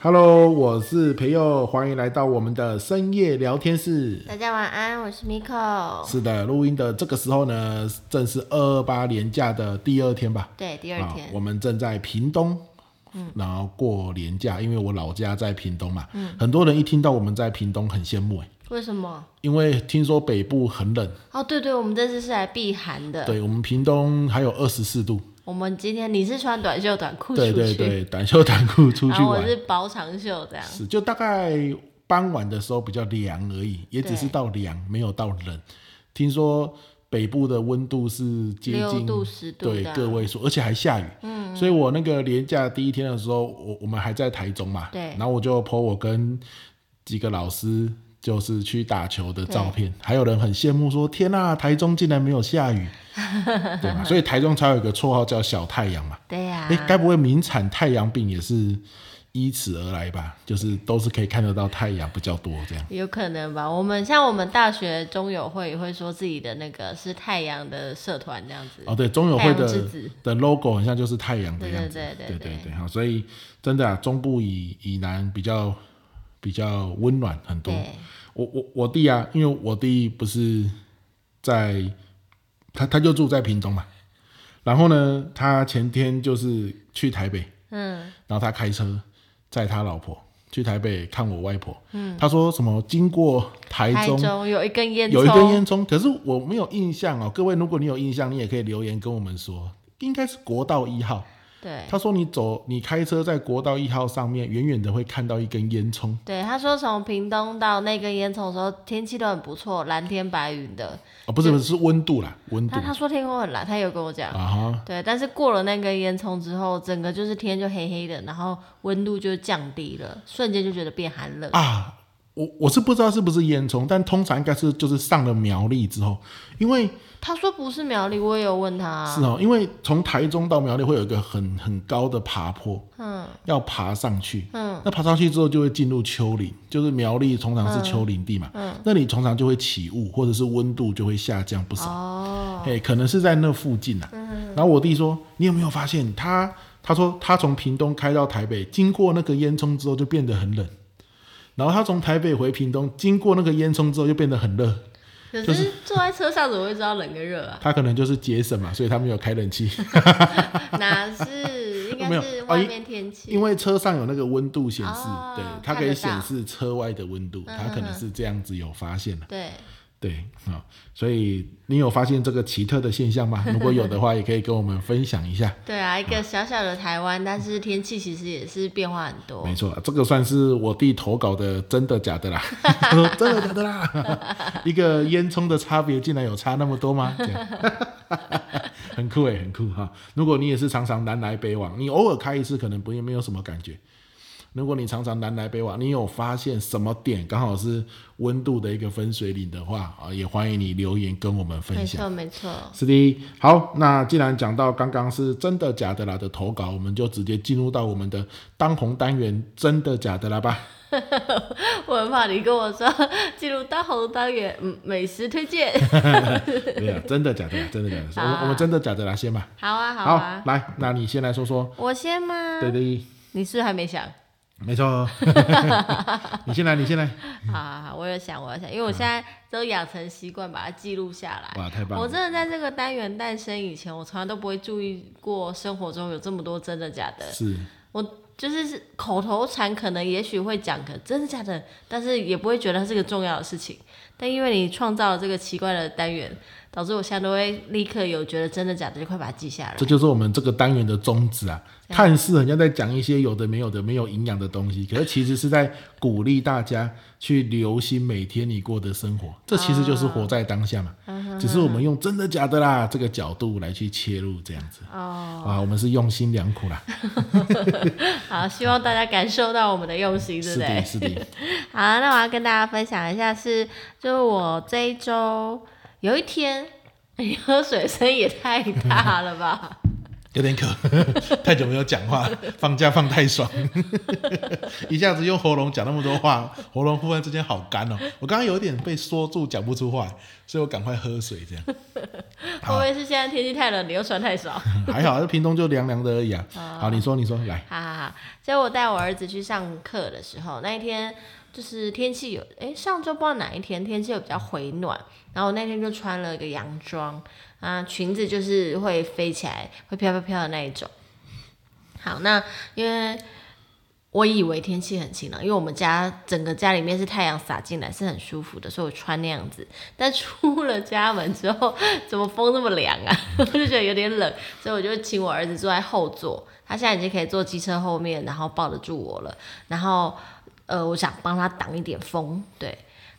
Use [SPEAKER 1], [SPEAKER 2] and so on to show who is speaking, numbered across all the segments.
[SPEAKER 1] Hello，我是培佑，欢迎来到我们的深夜聊天室。
[SPEAKER 2] 大家晚安，我是 Miko。
[SPEAKER 1] 是的，录音的这个时候呢，正是二二八连假的第二天吧？
[SPEAKER 2] 对，第二天
[SPEAKER 1] 啊，
[SPEAKER 2] 嗯
[SPEAKER 1] 我们正在屏东，然后过年假，因为我老家在屏东嘛，
[SPEAKER 2] 嗯
[SPEAKER 1] 很多人一听到我们在屏东很羡慕哎，
[SPEAKER 2] 为什么？
[SPEAKER 1] 因为听说北部很冷，
[SPEAKER 2] 哦，对对，我们这次是来避寒的。
[SPEAKER 1] 对我们屏东还有二十四度，
[SPEAKER 2] 我们今天你是穿短袖短裤出
[SPEAKER 1] 对
[SPEAKER 2] 去，
[SPEAKER 1] 对对，短袖短裤出
[SPEAKER 2] 然
[SPEAKER 1] 去
[SPEAKER 2] 后我
[SPEAKER 1] 玩
[SPEAKER 2] 是薄长袖这样。
[SPEAKER 1] 是就大概傍晚的时候比较凉而已，也只是到凉，没有到冷。听说北部的温度是接近
[SPEAKER 2] 6度10度
[SPEAKER 1] 对
[SPEAKER 2] 的
[SPEAKER 1] 个位数，而且还下雨。嗯，所以我那个连假第一天的时候，我我们还在台中嘛，
[SPEAKER 2] 对
[SPEAKER 1] 然后我就 po 我跟几个老师。就是去打球的照片，还有人很羡慕说：“天呐、台中竟然没有下雨， 对吧？”所以台中才有一个绰号叫“小太阳”嘛。
[SPEAKER 2] 对啊呀、
[SPEAKER 1] 哎，该不会名产太阳饼也是依此而来吧？就是都是可以看得到太阳比较多这样。
[SPEAKER 2] 有可能吧。我们像我们大学中友会也会说自己的那个是太阳的社团这样子。
[SPEAKER 1] 哦，对，中友会
[SPEAKER 2] 太阳之
[SPEAKER 1] 的
[SPEAKER 2] 子
[SPEAKER 1] 的 logo 很像就是太阳的
[SPEAKER 2] 对
[SPEAKER 1] 样
[SPEAKER 2] 对
[SPEAKER 1] 子。对
[SPEAKER 2] 对对
[SPEAKER 1] 对好，所以真的啊，中部以以南比较比较温暖很多。
[SPEAKER 2] 对
[SPEAKER 1] 我我我弟啊，因为我弟不是在他他就住在屏东嘛，然后呢，他前天就是去台北，
[SPEAKER 2] 嗯，
[SPEAKER 1] 然后他开车载他老婆去台北看我外婆。嗯，他说什么经过台
[SPEAKER 2] 台
[SPEAKER 1] 中
[SPEAKER 2] 中有一根烟
[SPEAKER 1] 有一根
[SPEAKER 2] 囱，
[SPEAKER 1] 烟囱，可是我没有印象哦。各位，如果你有印象，你也可以留言跟我们说，应该是国道一号。
[SPEAKER 2] 对
[SPEAKER 1] 他说你走，你开车在国道一号上面，远远的会看到一根烟囱。
[SPEAKER 2] 对，他说从屏东到那根烟囱的时候，天气都很不错，蓝天白云的。
[SPEAKER 1] 哦，不是不是，是温度啦，温度
[SPEAKER 2] 他他说天空很蓝，他有跟我讲。
[SPEAKER 1] 啊哈。
[SPEAKER 2] 对，但是过了那根烟囱之后，整个就是天就黑黑的，然后温度就降低了，瞬间就觉得变寒冷。
[SPEAKER 1] 啊，我我是不知道是不是烟囱，但通常应该是就是上了苗栗之后，因为
[SPEAKER 2] 他说不是苗栗，我也有问他、啊
[SPEAKER 1] 是哦，因为从台中到苗栗会有一个很很高的爬坡，
[SPEAKER 2] 嗯，
[SPEAKER 1] 要爬上去。
[SPEAKER 2] 嗯，
[SPEAKER 1] 那爬上去之后就会进入丘陵，就是苗栗通常是丘陵地嘛，嗯，那里通常就会起雾，或者是温度就会下降不少。
[SPEAKER 2] 哦，嗯
[SPEAKER 1] 哎、可能是在那附近啊。然后我弟说：“你有没有发现他？他说他从屏东开到台北，经过那个烟囱之后就变得很冷，然后他从台北回屏东，经过那个烟囱之后就变得很热。？
[SPEAKER 2] 可是、坐在车上怎么会知道冷跟热啊
[SPEAKER 1] 他可能就是节省嘛，所以他没有开冷气，
[SPEAKER 2] 哪是，应该
[SPEAKER 1] 没有
[SPEAKER 2] 是
[SPEAKER 1] 哦
[SPEAKER 2] 外
[SPEAKER 1] 因
[SPEAKER 2] 面天气。
[SPEAKER 1] 因为车上有那个温度显示，
[SPEAKER 2] 哦
[SPEAKER 1] 对，它可
[SPEAKER 2] 看
[SPEAKER 1] 以
[SPEAKER 2] 得
[SPEAKER 1] 显
[SPEAKER 2] 到嗯
[SPEAKER 1] 示车外的温度，他可能是这样子有发现了、
[SPEAKER 2] 对，
[SPEAKER 1] 对
[SPEAKER 2] 嗯
[SPEAKER 1] 啊、所以你有发现这个奇特的现象吗？如果有的话，也可以跟我们分享一下。
[SPEAKER 2] 对啊，一个小小的台湾，但是天气其实也是变化很多
[SPEAKER 1] 没。错，这个算是我弟投稿的真的假的啦， 他说真的假的啦， 一个烟囱的差别竟然有差那么多吗？这样 很酷欸诶，很酷哈！如果你也是常常南来北往，你偶尔开一次可能不也没有什么感觉。如果你常常南来北往，你有发现什么点刚好是温度的一个分水岭的话啊，也欢迎你留言跟我们分
[SPEAKER 2] 没
[SPEAKER 1] 享。
[SPEAKER 2] 错，没 错。
[SPEAKER 1] 是的，好，那既然讲到刚刚是真的假的啦的投稿，我们就直接进入到我们的当红单元真的假的啦 吧。
[SPEAKER 2] 我很怕你跟我说进入大红单元，嗯，美食推荐。
[SPEAKER 1] 对啊，真的假的啦，真的假的。我们
[SPEAKER 2] 好
[SPEAKER 1] 我们真的假的啦，先吧。
[SPEAKER 2] 好啊，好
[SPEAKER 1] 好
[SPEAKER 2] 啊，
[SPEAKER 1] 来，那你先来说说。
[SPEAKER 2] 我先吗？
[SPEAKER 1] 对的，
[SPEAKER 2] 你是不是还没想？
[SPEAKER 1] 没 错。 你先来，你先来。
[SPEAKER 2] 好好好，我有想，我有想，因为我现在都养成习惯把它记录下来。
[SPEAKER 1] 啊哇，太棒
[SPEAKER 2] 我
[SPEAKER 1] 了。
[SPEAKER 2] 真的在这个单元诞生以前，我从来都不会注意过生活中有这么多真的假的。
[SPEAKER 1] 是
[SPEAKER 2] 我就是口头禅，可能也许会讲个真的假的，但是也不会觉得它是个重要的事情。但因为你创造了这个奇怪的单元，导致我现在都会立刻有觉得真的假的，就快把它记下来
[SPEAKER 1] 这。就是我们这个单元的宗旨啊。看似人家在讲一些有的没有的、没有营养的东西，可是其实是在鼓励大家去留心每天你过的生活。这其实就是活在当下嘛。只是我们用真的假的啦这个角度来去切入，这样子
[SPEAKER 2] 哦，
[SPEAKER 1] 啊，我们是用心良苦啦。
[SPEAKER 2] 好，希望大家感受到我们的用心，对
[SPEAKER 1] 是
[SPEAKER 2] 不对？
[SPEAKER 1] 的，是的，
[SPEAKER 2] 好，那我要跟大家分享一下是，就是我这一哎周有一天，你喝水声也太大了吧？
[SPEAKER 1] 有点渴， 太久没有讲话了，放假放太爽， 一下子用喉咙讲那么多话，喉咙忽然之间好干哦。我刚刚有点被缩住，讲不出话，所以我赶快喝水这样。
[SPEAKER 2] 会不会是现在天气太冷，你又穿太少？
[SPEAKER 1] 嗯还好，这屏东就凉凉的而已啊。好，你说，你说，来，
[SPEAKER 2] 哈哈哈！所以我带我儿子去上课的时候，那一天就是天气有，诶，上周不知道哪一天天气有比较回暖，然后我那天就穿了一个洋装啊，裙子就是会飞起来，会飘飘飘的那一种。好，那因为我以为天气很晴朗，因为我们家整个家里面是太阳洒进来，是很舒服的，所以我穿那样子。但出了家门之后，怎么风那么凉啊？ 我就觉得有点冷，所以我就请我儿子坐在后座，他现在已经可以坐机车后面，然后抱得住我了。然后，呃，我想帮他挡一点风，对。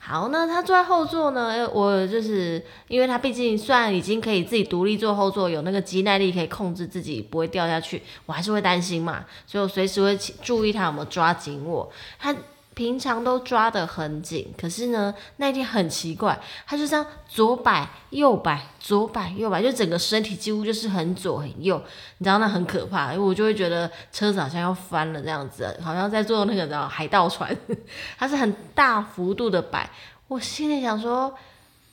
[SPEAKER 2] 好，那他坐在后座呢？呃我就是因为他毕竟虽然已经可以自己独立坐后座，有那个肌耐力可以控制自己不会掉下去，我还是会担心嘛，所以我随时会起注意他有没有抓紧我。他平常都抓得很紧，可是呢，那一天很奇怪，他就这样左摆右摆，左摆右摆，就整个身体几乎就是很左很右，你知道那很可怕，因为我就会觉得车子好像要翻了这样子，好像在坐那个你知道海盗船， 它是很大幅度的摆，我心里想说。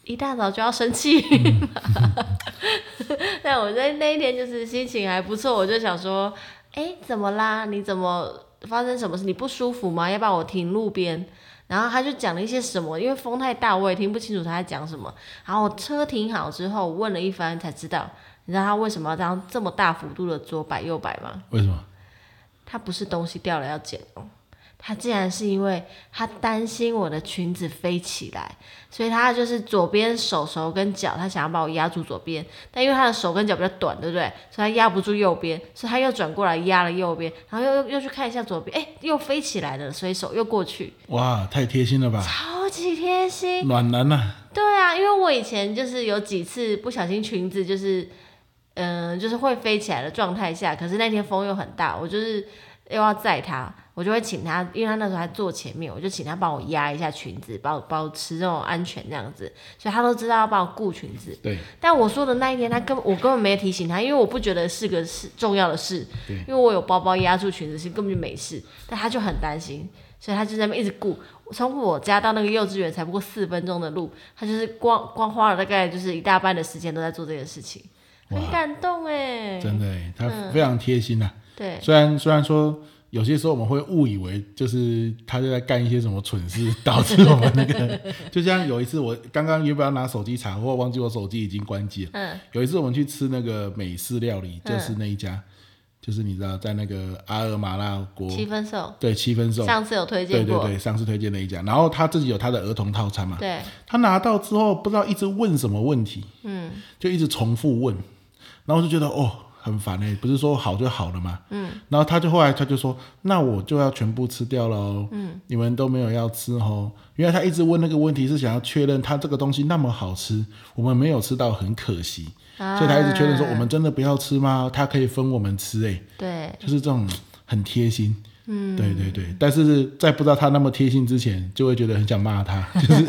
[SPEAKER 2] 一大早就要生气， 但我在那一天就是心情还不错，我就想说，哎、怎么啦？你怎么发生什么事？你不舒服吗？要不要我停路边？然后他就讲了一些什么，因为风太大，我也听不清楚他在讲什么。然后我车停好之后，问了一番才知道，你知道他为什么要这样这么大幅度的左摆右摆吗？
[SPEAKER 1] 为什么？
[SPEAKER 2] 他不是东西掉了要捡哦，他竟然是因为他担心我的裙子飞起来，所以他就是左边手手跟脚，他想要把我压住左边，但因为他的手跟脚比较短，对不对？所以他压不住右边，所以他又转过来压了右边，然后又又又去看一下左边，哎，又飞起来了，所以手又过去，
[SPEAKER 1] 哇，太贴心了吧，
[SPEAKER 2] 超级贴心。
[SPEAKER 1] 暖男呐、啊，
[SPEAKER 2] 对啊，因为我以前就是有几次不小心裙子就是，嗯、就是会飞起来的状态下，可是那天风又很大，我就是又要载他，我就会请他，因为他那时候还坐前面，我就请他帮我压一下裙子，保保持这种安全这样子，所以他都知道要帮我顾裙子。
[SPEAKER 1] 对，
[SPEAKER 2] 但我说的那一天，他根本我根本没提醒他，因为我不觉得是个事重要的事
[SPEAKER 1] 对，
[SPEAKER 2] 因为我有包包压住裙子是根本就没事，但他就很担心，所以他就在那边一直顾。从我家到那个幼稚园才不过四分钟的路，他就是光光花了大概就是一大半的时间都在做这件事情，很感动哎。
[SPEAKER 1] 真的耶，他非常贴心呐、啊
[SPEAKER 2] 对，
[SPEAKER 1] 虽然虽然说有些时候我们会误以为就是他就在干一些什么蠢 事，导致我们那个，就像有一次我刚刚原本要拿手机查，我忘记我手机已经关机了。
[SPEAKER 2] 嗯，
[SPEAKER 1] 有一次我们去吃那个美式料理，就是那一家，就是你知道在那个阿尔马拉国
[SPEAKER 2] 七分瘦，
[SPEAKER 1] 对七分瘦，
[SPEAKER 2] 上次有推
[SPEAKER 1] 对
[SPEAKER 2] 荐
[SPEAKER 1] 对
[SPEAKER 2] 过，
[SPEAKER 1] 对，上次推荐那一家，然后他自己有他的儿童套餐嘛，
[SPEAKER 2] 对
[SPEAKER 1] 他拿到之后不知道一直问什么问题，嗯，就一直重复问，然后我就觉得哦很烦哎、不是说好就好了嘛，嗯，然后他就后来他就说，那我就要全部吃掉喽，嗯，你们都没有要吃哦，原来他一直问那个问题是想要确认他这个东西那么好吃，我们没有吃到很可惜，
[SPEAKER 2] 啊
[SPEAKER 1] 所以他一直确认说我们真的不要吃吗？他可以分我们吃哎、
[SPEAKER 2] 对，
[SPEAKER 1] 就是这种很贴心。嗯，对对对，但是在不知道他那么贴心之前，就会觉得很想骂他，就是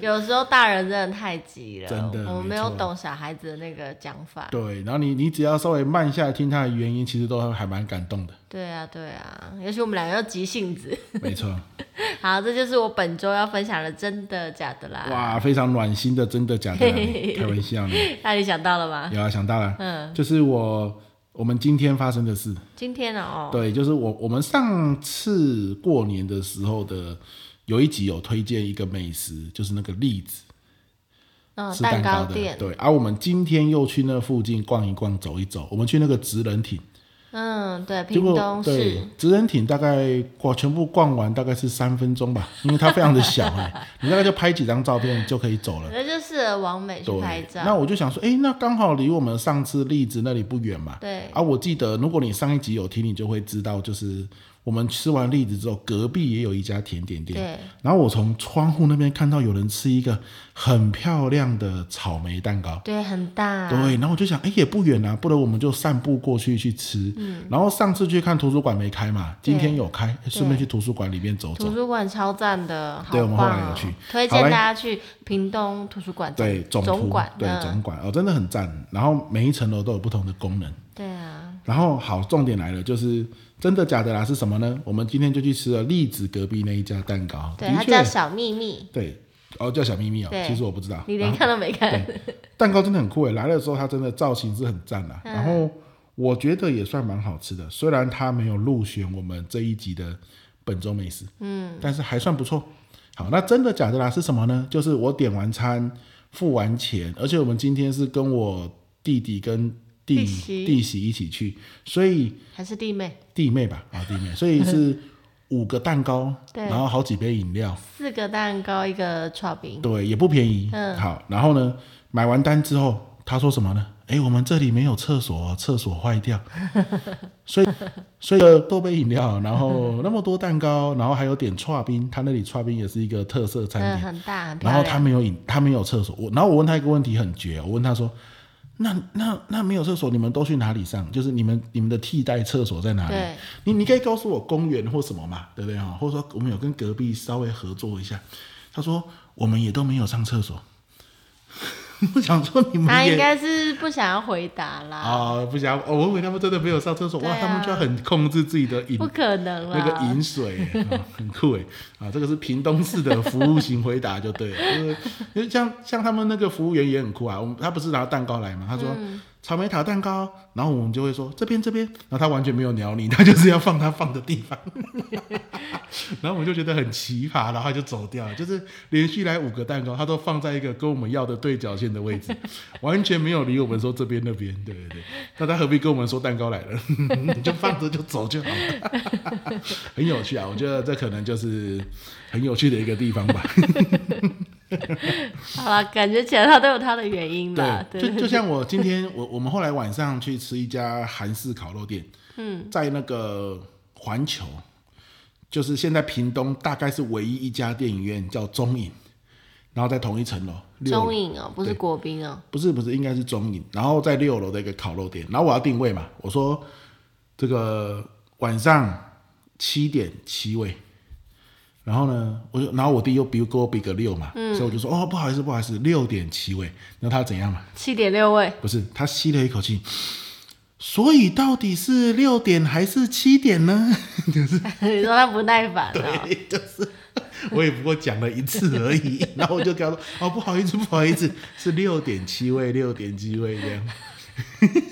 [SPEAKER 2] 有时候大人真的太急了，
[SPEAKER 1] 真的
[SPEAKER 2] 我们没有
[SPEAKER 1] 没错
[SPEAKER 2] 懂小孩子的那个讲法。
[SPEAKER 1] 对。然后你你只要稍微慢下来听他的原因，其实都还蛮感动的，
[SPEAKER 2] 对啊，对啊，也许我们两个要急性子。
[SPEAKER 1] 没错。
[SPEAKER 2] 啊好，这就是我本周要分享的，真的假的啦？
[SPEAKER 1] 哇，非常暖心的，真的假的啦？你开玩笑呢？
[SPEAKER 2] 那你想到了吗？
[SPEAKER 1] 有啊，想到了，
[SPEAKER 2] 嗯，
[SPEAKER 1] 就是我我们今天发生的事，
[SPEAKER 2] 今天哦，
[SPEAKER 1] 对，就是我我们上次过年的时候的有一集有推荐一个美食，就是那个栗子。
[SPEAKER 2] 嗯，
[SPEAKER 1] 吃蛋
[SPEAKER 2] 糕
[SPEAKER 1] 的，
[SPEAKER 2] 店，
[SPEAKER 1] 对。啊而、我们今天又去那附近逛一逛、走一走。我们去那个职人町，
[SPEAKER 2] 嗯，对，
[SPEAKER 1] 结
[SPEAKER 2] 屏
[SPEAKER 1] 果
[SPEAKER 2] 东
[SPEAKER 1] 对
[SPEAKER 2] 市，
[SPEAKER 1] 职人町大概逛全部逛完大概是三分钟吧， 因为它非常的小哎、你大概就拍几张照片就可以走了。
[SPEAKER 2] 那就适合往美去
[SPEAKER 1] 对
[SPEAKER 2] 拍，照。
[SPEAKER 1] 那我就想说，哎、那刚好离我们上次栗子那里不远嘛。
[SPEAKER 2] 对，
[SPEAKER 1] 啊，我记得如果你上一集有听，你就会知道，就是我们吃完栗子之后，隔壁也有一家甜点店，
[SPEAKER 2] 对，
[SPEAKER 1] 然后我从窗户那边看到有人吃一个很漂亮的草莓蛋糕。
[SPEAKER 2] 对，很大，
[SPEAKER 1] 对，然后我就想，哎，也不远啊，不然我们就散步过去去吃。
[SPEAKER 2] 嗯
[SPEAKER 1] 然后上次去看图书馆没开嘛，今天有开，诶顺便去图书馆里面走走。
[SPEAKER 2] 图书馆超赞的，好
[SPEAKER 1] 对我们后来
[SPEAKER 2] 棒哦
[SPEAKER 1] 有去
[SPEAKER 2] 推
[SPEAKER 1] 好
[SPEAKER 2] 荐
[SPEAKER 1] 嘞
[SPEAKER 2] 大家去屏东图书馆
[SPEAKER 1] 对，总
[SPEAKER 2] 总
[SPEAKER 1] 图
[SPEAKER 2] 馆，
[SPEAKER 1] 对
[SPEAKER 2] 嗯
[SPEAKER 1] 总馆哦，真的很赞。然后每一层楼都有不同的功能。
[SPEAKER 2] 对啊，
[SPEAKER 1] 然后好，重点来了，就是真的假的啦，是什么呢？我们今天就去吃了栗子隔壁那一家蛋糕，
[SPEAKER 2] 对，
[SPEAKER 1] 的
[SPEAKER 2] 它
[SPEAKER 1] 确
[SPEAKER 2] 叫小秘密，
[SPEAKER 1] 对，哦叫小秘密哦，
[SPEAKER 2] 对
[SPEAKER 1] 其实我不知道，啊
[SPEAKER 2] 你连看都没看，
[SPEAKER 1] 蛋糕真的很酷诶，欸来的时候它真的造型是很赞啦、
[SPEAKER 2] 嗯
[SPEAKER 1] 然后我觉得也算蛮好吃的，虽然它没有入选我们这一集的本周美食，嗯，但是还算不错。好，那真的假的啦是什么呢？就是我点完餐，付完钱，而且我们今天是跟我弟弟跟弟
[SPEAKER 2] 弟媳
[SPEAKER 1] 弟媳一起去，所以
[SPEAKER 2] 还是弟妹，
[SPEAKER 1] 弟妹吧，啊弟妹，所以是五个蛋糕，
[SPEAKER 2] 对
[SPEAKER 1] 然后好几杯饮料，
[SPEAKER 2] 四个蛋糕一个刨冰，
[SPEAKER 1] 对，也不便宜。
[SPEAKER 2] 嗯
[SPEAKER 1] 好，然后呢，买完单之后，他说什么呢？哎，我们这里没有厕所哦，厕所坏 掉，所以所以呃多杯饮料，然后那么多蛋糕，然后还有点串冰，他那里串冰也是一个特色餐
[SPEAKER 2] 嗯，
[SPEAKER 1] 点。
[SPEAKER 2] 很大，很漂
[SPEAKER 1] 然
[SPEAKER 2] 亮，
[SPEAKER 1] 后他没有饮，他没有厕所。我然后我问他一个问题很绝哦，我问他说：“那那那没有厕所，你们都去哪里上？就是你们你们的替代厕所在哪里？”
[SPEAKER 2] 对
[SPEAKER 1] 你你可以告诉我公园或什么嘛，对不对哈？或者说我们有跟隔壁稍微合作一下。他说我们也都没有上厕所。 我想说你们
[SPEAKER 2] 他应
[SPEAKER 1] 也
[SPEAKER 2] 该是不想要回答啦，
[SPEAKER 1] 啊、不想哦，我以为他们真的没有上厕所、
[SPEAKER 2] 对
[SPEAKER 1] 哇，
[SPEAKER 2] 啊
[SPEAKER 1] 他们就要很控制自己的饮
[SPEAKER 2] 不可能啦，
[SPEAKER 1] 那个饮水、啊很酷哎啊，这个是屏东市的服务型回答就对了，就是因为像像他们那个服务员也很酷啊，我们他不是拿蛋糕来嘛，他说、草莓塔蛋糕，然后我们就会说这边这边，然后他完全没有鸟你，他就是要放他放的地方，然后我就觉得很奇葩，然后他就走掉了，就是连续来五个蛋糕，他都放在一个跟我们要的对角线的位置，完全没有理我们说这边那边，对对对，那他何必跟我们说蛋糕来了？ 你就放着就走就好了。很有趣啊！我觉得这可能就是很有趣的一个地方吧。
[SPEAKER 2] 好啦，感觉起来他都有他的原因啦，对，
[SPEAKER 1] 就就像我今天我我们后来晚上去吃一家韩式烤肉店，嗯，在那个环球，就是现在屏东大概是唯一一家电影院叫中影，然后在同一层楼，六
[SPEAKER 2] 中影哦，不是国宾哦，
[SPEAKER 1] 不是不是，应该是中影，然后在六楼的一个烤肉店，然后我要定位嘛，我说这个晚上七点七位，然后呢，我就然后我弟又比给我比个六嘛，所以我就说哦不好意思不好意思，六点七位，那他怎样嘛？
[SPEAKER 2] 七点六位，
[SPEAKER 1] 不是，他吸了一口气，所以到底是六点还是七点呢？
[SPEAKER 2] 你说他不耐烦哦了，
[SPEAKER 1] 对，就是我也不过讲了一次而已，然后我就跟他说：“哦，不好意思，不好意思，是六点七位，六点七位这样。”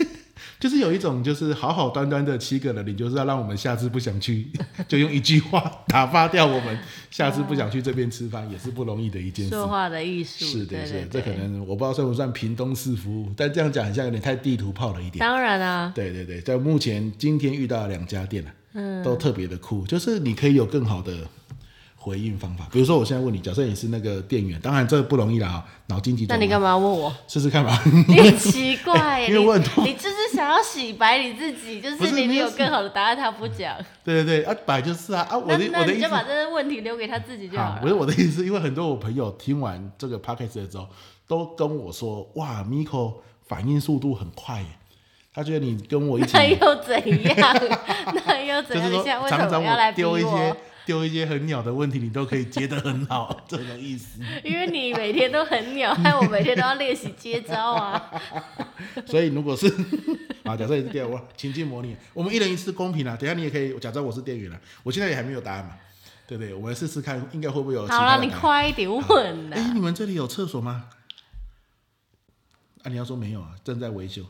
[SPEAKER 1] 就是有一种就是好好端端的七个人，你就是要让我们下次不想去，就用一句话打发掉我们下次不想去这边吃饭，也是不容易的一件事。
[SPEAKER 2] 说话的艺术，
[SPEAKER 1] 是的，
[SPEAKER 2] 对
[SPEAKER 1] 是的这
[SPEAKER 2] 对，
[SPEAKER 1] 可
[SPEAKER 2] 对，
[SPEAKER 1] 能我不知道算不算屏东市服务，但这样讲好像有点太地图炮了一点。
[SPEAKER 2] 当然啊，
[SPEAKER 1] 对对对，在目前今天遇到的两家店啊，
[SPEAKER 2] 嗯
[SPEAKER 1] 都特别的酷，就是你可以有更好的回应方法。比如说，我现在问你，假设你是那个店员，当然这不容易啦、啊，脑筋急
[SPEAKER 2] 那
[SPEAKER 1] 转
[SPEAKER 2] 你
[SPEAKER 1] 弯，
[SPEAKER 2] 干嘛问我？
[SPEAKER 1] 试试看吧。
[SPEAKER 2] 你很奇怪耶，
[SPEAKER 1] 啊哎因为
[SPEAKER 2] 你
[SPEAKER 1] 我很多
[SPEAKER 2] 你就是想要洗白你自己，就
[SPEAKER 1] 不是
[SPEAKER 2] 是你
[SPEAKER 1] 没
[SPEAKER 2] 你
[SPEAKER 1] 有
[SPEAKER 2] 有更好的答案，他不讲。
[SPEAKER 1] 对对对，啊，本来就是啊啊，我
[SPEAKER 2] 那
[SPEAKER 1] 的
[SPEAKER 2] 那
[SPEAKER 1] 我的
[SPEAKER 2] 你
[SPEAKER 1] 意
[SPEAKER 2] 就
[SPEAKER 1] 思
[SPEAKER 2] 把这个问题留给他自己就好
[SPEAKER 1] 好，
[SPEAKER 2] 了。
[SPEAKER 1] 不是我的意思，因为很多我朋友听完这个 podcast 的之后，都跟我说，哇，Miko 反应速度很快耶，他觉得你跟我一 起
[SPEAKER 2] 那又怎样？那又怎
[SPEAKER 1] 就是
[SPEAKER 2] 样？你
[SPEAKER 1] 说，
[SPEAKER 2] 现在为什
[SPEAKER 1] 常
[SPEAKER 2] 么
[SPEAKER 1] 常
[SPEAKER 2] 要来
[SPEAKER 1] 我
[SPEAKER 2] 逼
[SPEAKER 1] 丢一些
[SPEAKER 2] 我？
[SPEAKER 1] 丢一些很鸟的问题，你都可以接得很好， 这种意思。
[SPEAKER 2] 因为你每天都很鸟，害我每天都要练习接招啊！
[SPEAKER 1] 所以如果是 啊，假设你是店员，我情境模拟，我们一人一次公平啦。啊等一下你也可以，假设我是店员了，我现在也还没有答案嘛，对不对？我们试试看，应该会不会有其
[SPEAKER 2] 好
[SPEAKER 1] 他
[SPEAKER 2] 了，
[SPEAKER 1] 的
[SPEAKER 2] 你
[SPEAKER 1] 答案？
[SPEAKER 2] 快一点问啊
[SPEAKER 1] 哎、
[SPEAKER 2] 呐！
[SPEAKER 1] 你们这里有厕所吗？啊，你要说没有啊，正在维修。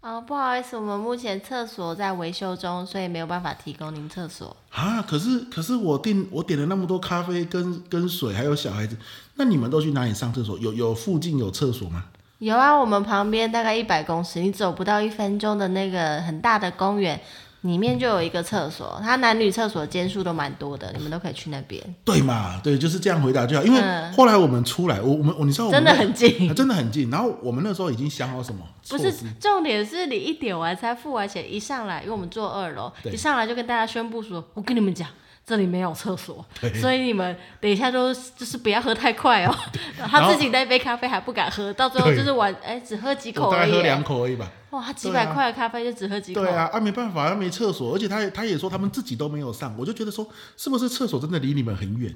[SPEAKER 2] 哦，不好意思，我们目前厕所在维修中，所以没有办法提供您厕所。
[SPEAKER 1] 啊，可是可是我订我点了那么多咖啡跟跟水，还有小孩子，那你们都去哪里上厕所？有有附近有厕所吗？
[SPEAKER 2] 有啊，我们旁边大概一百公尺，你走不到一分钟的那个很大的公园，里面就有一个厕所，它男女厕所间数都蛮多的，你们都可以去那边，
[SPEAKER 1] 对嘛？对，就是这样回答就好。因为
[SPEAKER 2] 嗯
[SPEAKER 1] 后来我们出来，我我们我你知哦道我们
[SPEAKER 2] 真的很近。
[SPEAKER 1] 啊真的很近。然后我们那时候已经想好什么
[SPEAKER 2] 不
[SPEAKER 1] 措
[SPEAKER 2] 是
[SPEAKER 1] 施，
[SPEAKER 2] 重点是你一点完才付完钱，一上来，因为我们坐二楼，
[SPEAKER 1] 对
[SPEAKER 2] 一上来就跟大家宣布说，我跟你们讲。这里没有厕所
[SPEAKER 1] 对，
[SPEAKER 2] 所以你们等一下都就是不要喝太 快哦。
[SPEAKER 1] 然
[SPEAKER 2] 他
[SPEAKER 1] 后
[SPEAKER 2] 自己那杯咖啡还不敢喝，到最后
[SPEAKER 1] 对
[SPEAKER 2] 就是晚哎只喝几口
[SPEAKER 1] 哦我大
[SPEAKER 2] 而
[SPEAKER 1] 概
[SPEAKER 2] 已
[SPEAKER 1] 喝。两口而已吧。
[SPEAKER 2] 哇，他几
[SPEAKER 1] 对啊
[SPEAKER 2] 百块的咖啡就只喝几口
[SPEAKER 1] 对，啊，啊没办法，啊没厕所，而且他也他也说他们自己都没有上，我就觉得说是不是厕所真的离你们很远？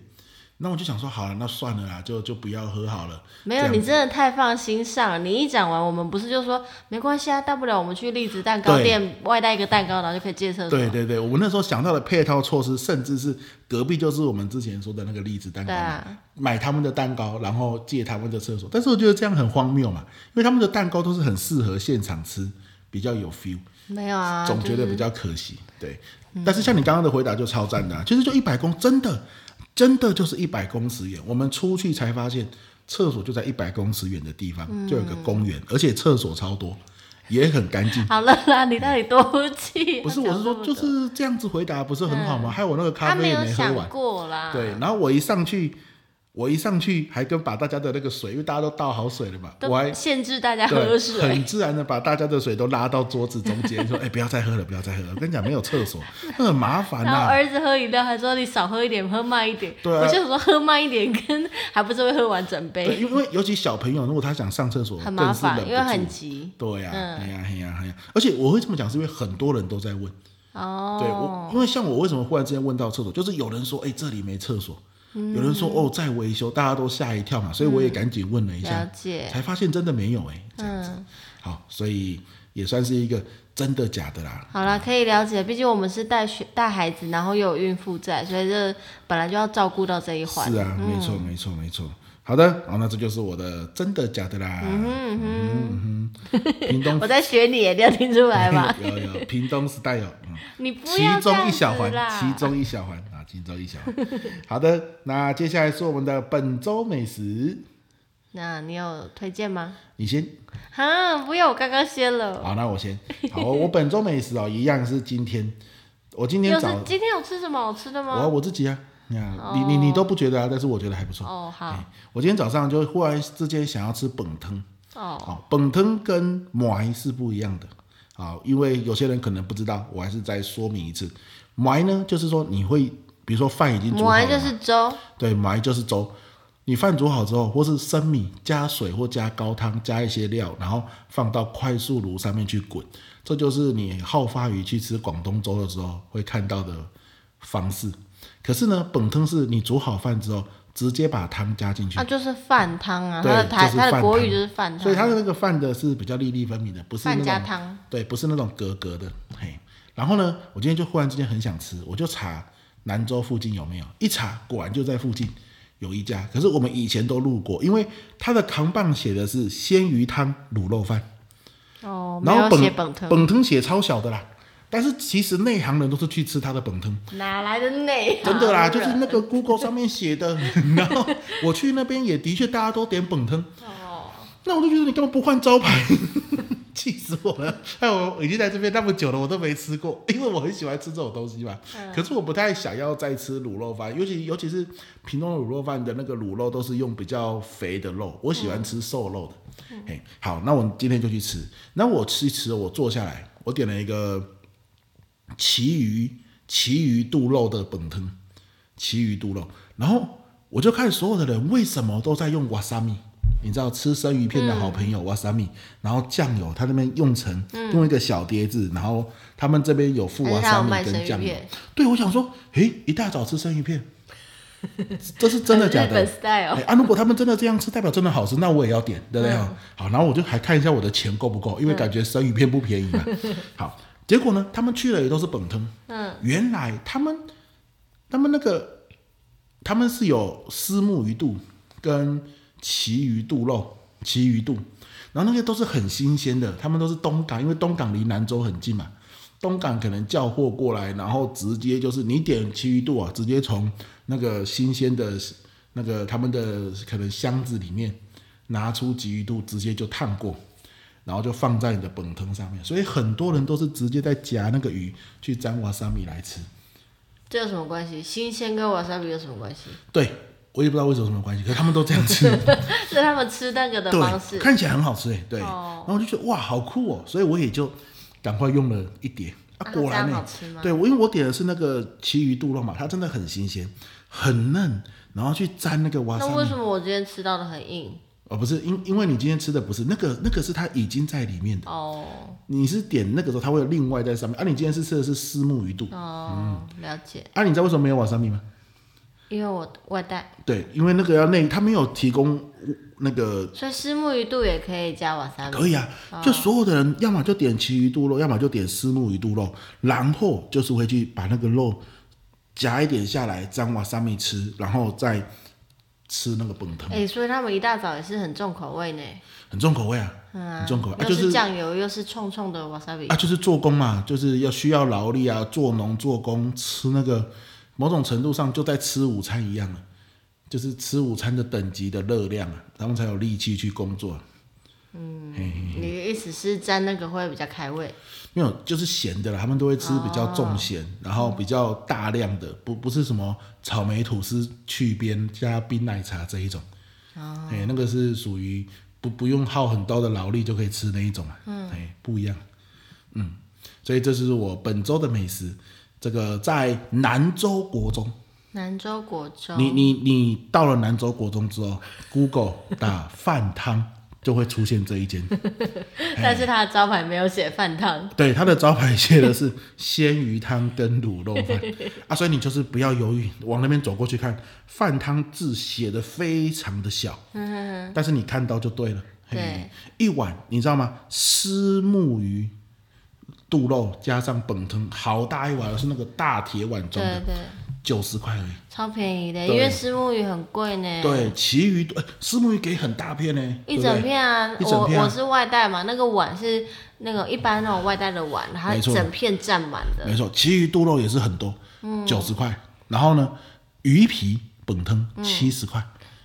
[SPEAKER 1] 那我就想说好了，那算了啦，就就不要喝好了。
[SPEAKER 2] 没有
[SPEAKER 1] 这样
[SPEAKER 2] 你真的太放心上了。你一讲完，我们不是就说没关系啊，大不了我们去栗子蛋糕
[SPEAKER 1] 对
[SPEAKER 2] 店外带一个蛋糕，然后就可以借厕所。
[SPEAKER 1] 对对对，我们那时候想到的配套措施，甚至是隔壁就是我们之前说的那个栗子蛋糕
[SPEAKER 2] 对
[SPEAKER 1] 嘛，
[SPEAKER 2] 啊
[SPEAKER 1] 买他们的蛋糕，然后借他们的厕所。但是我觉得这样很荒谬嘛，因为他们的蛋糕都是很适合现场吃，比较有 feel，
[SPEAKER 2] 没有啊，
[SPEAKER 1] 总觉得
[SPEAKER 2] 就是嗯
[SPEAKER 1] 比较可惜。对，但是像你刚刚的回答就超赞的、啊，其实就一百公，真的真的就是一百公尺远。我们出去才发现，厕所就在一百公尺远的地方，
[SPEAKER 2] 嗯
[SPEAKER 1] 就有个公园，而且厕所超多，也很干净。
[SPEAKER 2] 好了啦，你到底多气啊？
[SPEAKER 1] 不是，我是
[SPEAKER 2] 嗯讲这
[SPEAKER 1] 说，
[SPEAKER 2] 么
[SPEAKER 1] 就
[SPEAKER 2] 多
[SPEAKER 1] 是这样子回答不是很好吗？害我那个
[SPEAKER 2] 他
[SPEAKER 1] 咖啡
[SPEAKER 2] 没
[SPEAKER 1] 也
[SPEAKER 2] 有
[SPEAKER 1] 没喝
[SPEAKER 2] 想
[SPEAKER 1] 完。
[SPEAKER 2] 过啊啦。
[SPEAKER 1] 对，，然后我一上去，我一上去还跟把大家的那个水，因为大家都倒好水了嘛，我还
[SPEAKER 2] 都哎限制大家喝
[SPEAKER 1] 对
[SPEAKER 2] 水。
[SPEAKER 1] 很自然的把大家的水都拉到桌子中间，说：“哎、不要再喝了，不要再喝了。”我跟你讲，没有厕所，那很麻烦
[SPEAKER 2] 然后
[SPEAKER 1] 呐、
[SPEAKER 2] 儿子喝饮料还说你少喝一点，喝慢一点。
[SPEAKER 1] 对啊
[SPEAKER 2] 我就想说喝慢一点跟还不是会喝完整
[SPEAKER 1] 对，
[SPEAKER 2] 杯，
[SPEAKER 1] 因为因为尤其小朋友，如果他想上厕所，
[SPEAKER 2] 很麻
[SPEAKER 1] 更是忍
[SPEAKER 2] 烦，
[SPEAKER 1] 不
[SPEAKER 2] 因为很
[SPEAKER 1] 住
[SPEAKER 2] 急。
[SPEAKER 1] 对呀、
[SPEAKER 2] 嗯
[SPEAKER 1] 哎呀、哎呀、哎呀、而且我会这么讲，是因为很多人都在问。对我
[SPEAKER 2] 哦，，
[SPEAKER 1] 因为像我为什么忽然之间问到厕所，就是有人说，哎、这里没厕所，
[SPEAKER 2] 嗯
[SPEAKER 1] 有人说哦在维修，大家都吓一跳嘛，所以我也赶紧问了一
[SPEAKER 2] 了
[SPEAKER 1] 下，
[SPEAKER 2] 解。嗯
[SPEAKER 1] 才发现真的没有哎、这样子。好，所以也算是一个真的假的啦。
[SPEAKER 2] 好啦，可以了解，毕竟我们是带学带孩子，然后又有孕妇在，所以这本来就要照顾到这一环。
[SPEAKER 1] 是啊，没错，没错，没错。好的，好，那这就是我的真的假的啦。嗯
[SPEAKER 2] 嗯
[SPEAKER 1] 哼，屏 东
[SPEAKER 2] 我在学你耶，你要听出来 吗？
[SPEAKER 1] 有有屏东 style，嗯，
[SPEAKER 2] 你 不
[SPEAKER 1] 其
[SPEAKER 2] 要这
[SPEAKER 1] 中
[SPEAKER 2] 样
[SPEAKER 1] 一
[SPEAKER 2] 子
[SPEAKER 1] 小环，
[SPEAKER 2] 啦。
[SPEAKER 1] 其中一小环啊，其中一小环。 好的，那接下来是我们的本周美食，
[SPEAKER 2] 那你有推荐吗？
[SPEAKER 1] 你先。
[SPEAKER 2] 啊，不要，我刚刚先了。
[SPEAKER 1] 好，那我先。好，我我本周美食哦，一样是今天，我今天
[SPEAKER 2] 又是
[SPEAKER 1] 早，
[SPEAKER 2] 今天有吃什么好吃的
[SPEAKER 1] 我
[SPEAKER 2] 吗？
[SPEAKER 1] 我自己啊，呀，你你你都不觉得啊，但是我觉得还不错。哎
[SPEAKER 2] 哦，好，
[SPEAKER 1] 我今天早上就忽然之间想要吃本汤，
[SPEAKER 2] 哦，
[SPEAKER 1] 好，本汤跟埋是不一样的，好，因为有些人可能不知道，我还是再说明一次，埋呢就是说你会，比如说饭已经煮好了，
[SPEAKER 2] 完就是粥，
[SPEAKER 1] 对，埋就是粥。你饭煮好之后，或是生米加水或加高汤加一些料，然后放到快速炉上面去滚，这就是你好发于去吃广东粥的时候会看到的方式。可是呢，本汤是你煮好饭之后，直接把汤加进去
[SPEAKER 2] 啊，，就是饭汤啊，
[SPEAKER 1] 对
[SPEAKER 2] 它的台
[SPEAKER 1] 就是
[SPEAKER 2] 它的
[SPEAKER 1] 饭
[SPEAKER 2] 国语
[SPEAKER 1] 汤
[SPEAKER 2] 就是饭
[SPEAKER 1] 所以
[SPEAKER 2] 汤，
[SPEAKER 1] 它的那个饭的是比较粒粒分明的，不是那
[SPEAKER 2] 饭加
[SPEAKER 1] 种
[SPEAKER 2] 汤，
[SPEAKER 1] 对，不是那种格格的。嘿，然后呢，我今天就忽然之间很想吃，我就查兰州附近有没有，一查果然就在附近有一家。可是我们以前都路过，因为它的扛棒写的是鲜鱼汤卤肉饭，
[SPEAKER 2] 哦，没
[SPEAKER 1] 然后
[SPEAKER 2] 有写
[SPEAKER 1] 本
[SPEAKER 2] 本汤，
[SPEAKER 1] 本藤写超小的啦。但是其实内行人都是去吃它的本藤，
[SPEAKER 2] 哪来的内行
[SPEAKER 1] 真的啦，
[SPEAKER 2] 人
[SPEAKER 1] 就是那个 Google 上面写的。 然后我去那边也的确大家都点本藤，
[SPEAKER 2] 哦，
[SPEAKER 1] 那我就觉得你干嘛不换招牌？ 气死我了！哎，我已经在这边那么久了，我都没吃过，因为我很喜欢吃这种东西嘛。可是我不太想要再吃卤肉饭，尤其尤其是屏东的卤肉饭的那个卤肉都是用比较肥的肉，我喜欢吃瘦肉的。哎、好，那我今天就去吃。那我吃一吃，我坐下来，我点了一个其余其余肚肉的本汤，其余肚肉，然后我就看所有的人为什么都在用瓦萨米。你知道吃生鱼片的好朋友
[SPEAKER 2] 嗯
[SPEAKER 1] 瓦萨米，然后酱油他那边用成、用一个小碟子，然后他们这边有附
[SPEAKER 2] 还
[SPEAKER 1] 瓦
[SPEAKER 2] 是他
[SPEAKER 1] 萨
[SPEAKER 2] 有
[SPEAKER 1] 米
[SPEAKER 2] 卖生
[SPEAKER 1] 跟
[SPEAKER 2] 鱼
[SPEAKER 1] 酱油
[SPEAKER 2] 片。
[SPEAKER 1] 对，我想说，诶，一大早吃生鱼片，这是 真的假
[SPEAKER 2] 日
[SPEAKER 1] 的？
[SPEAKER 2] 本 style，
[SPEAKER 1] 哎啊，如果他们真的这样吃，代表真的好吃，那我也要点，对不对？哦好，然后我就还看一下我的钱够不够，因为感觉生鱼片不便宜嘛。好，结果呢，他们去了也都是本汤。
[SPEAKER 2] 嗯，
[SPEAKER 1] 原来他们他们那个他们是有丝木鱼肚跟旗鱼肚肉、旗鱼肚，然后那些都是很新鲜的，他们都是东港，因为东港离南州很近嘛。东港可能叫货过来，然后直接就是你点旗鱼肚啊，直接从那个新鲜的那个他们的可能箱子里面拿出旗鱼肚，直接就烫过，然后就放在你的本藤上面。所以很多人都是直接在夹那个鱼去沾瓦萨米来吃。
[SPEAKER 2] 这有什么关系？新鲜跟 wasabi 有什么关系？
[SPEAKER 1] 对，我也不知道为什么有什么关系，可是他们都这样吃。
[SPEAKER 2] 是他们吃那个的方
[SPEAKER 1] 对，
[SPEAKER 2] 式。
[SPEAKER 1] 看起来很好吃哎，对，
[SPEAKER 2] 哦
[SPEAKER 1] 然后我就觉得哇，好酷哦，所以我也就赶快用了一碟啊，
[SPEAKER 2] 啊
[SPEAKER 1] 果然
[SPEAKER 2] 这样
[SPEAKER 1] 呢
[SPEAKER 2] 好吃吗，
[SPEAKER 1] 对我因为我点的是那个旗鱼肚肉嘛，它真的很新鲜，很嫩，然后去沾那个瓦
[SPEAKER 2] 那
[SPEAKER 1] 萨
[SPEAKER 2] 为什么我今天吃到的很硬？
[SPEAKER 1] 哦，不是，因因为你今天吃的不是那个，那个是它已经在里面的，
[SPEAKER 2] 哦
[SPEAKER 1] 你是点那个时候它会有另外在上面，啊，你今天是吃的是丝木鱼肚，
[SPEAKER 2] 哦，了解。
[SPEAKER 1] 啊，你知道为什么没有瓦萨米吗？
[SPEAKER 2] 因为我外带，
[SPEAKER 1] 对，因为那个要内，它没有提供那个
[SPEAKER 2] 所以虱目鱼肚也可以加 wasabi。
[SPEAKER 1] 可以啊，就
[SPEAKER 2] 哦
[SPEAKER 1] 所有的人，要么就点其鱼肚肉，要么就点丝木鱼肚肉，然后就是会去把那个肉夹一点下来，沾瓦萨米吃，然后再吃那个本藤，
[SPEAKER 2] 哎、所以他们一大早也是很重口味呢，
[SPEAKER 1] 很重口味啊，
[SPEAKER 2] 嗯
[SPEAKER 1] 很重口味啊，
[SPEAKER 2] 又
[SPEAKER 1] 就是
[SPEAKER 2] 是酱油，又是冲冲的 wasabi，、
[SPEAKER 1] 啊，就是做工嘛，就是要需要劳力啊，做农做工，吃那个某种程度上就在吃午餐一样了、就是吃午餐的等级的热量啊，他们才有力气去工作啊、
[SPEAKER 2] 你的意思是沾那个会比较开胃？
[SPEAKER 1] 没有，就是咸的啦，他们都会吃比较重咸，然后比较大量的，不不是什么草莓吐司去边加冰奶茶这一种，哦，哎，那个是属于不不用耗很高的劳力就可以吃那一种啊，嗯，哎，不一样，嗯，所以这是我本周的美食，这个在南州国中，
[SPEAKER 2] 兰州果粥，
[SPEAKER 1] 你你你到了南州国中之后，Google 打饭汤就会出现这一间。
[SPEAKER 2] 但是它的招牌没有写饭汤，
[SPEAKER 1] 对，它的招牌写的是鲜鱼汤跟卤肉饭 啊，所以你就是不要犹豫，往那边走过去看，饭汤字写的非常的小，但是你看到就对了。嘿
[SPEAKER 2] 嗯对，
[SPEAKER 1] 一碗你知道吗？丝木鱼肚肉加上本藤，好大一碗，是那个大铁碗装的，
[SPEAKER 2] 对对，
[SPEAKER 1] 九十块而已。
[SPEAKER 2] 超便宜的，
[SPEAKER 1] 对
[SPEAKER 2] 因为虱目鱼很贵呢。
[SPEAKER 1] 对，其余哎丝木鱼给很大片呢，对
[SPEAKER 2] 一
[SPEAKER 1] 不
[SPEAKER 2] 整
[SPEAKER 1] 对
[SPEAKER 2] 片啊，
[SPEAKER 1] 一整片啊
[SPEAKER 2] 我我是外带嘛，那个碗是那个一般那种外带的碗，它
[SPEAKER 1] 没错
[SPEAKER 2] 整片占满的，
[SPEAKER 1] 没错，其余肚肉也是很多，
[SPEAKER 2] 嗯
[SPEAKER 1] 九十块。然后呢，鱼皮本藤
[SPEAKER 2] 嗯
[SPEAKER 1] 七十块。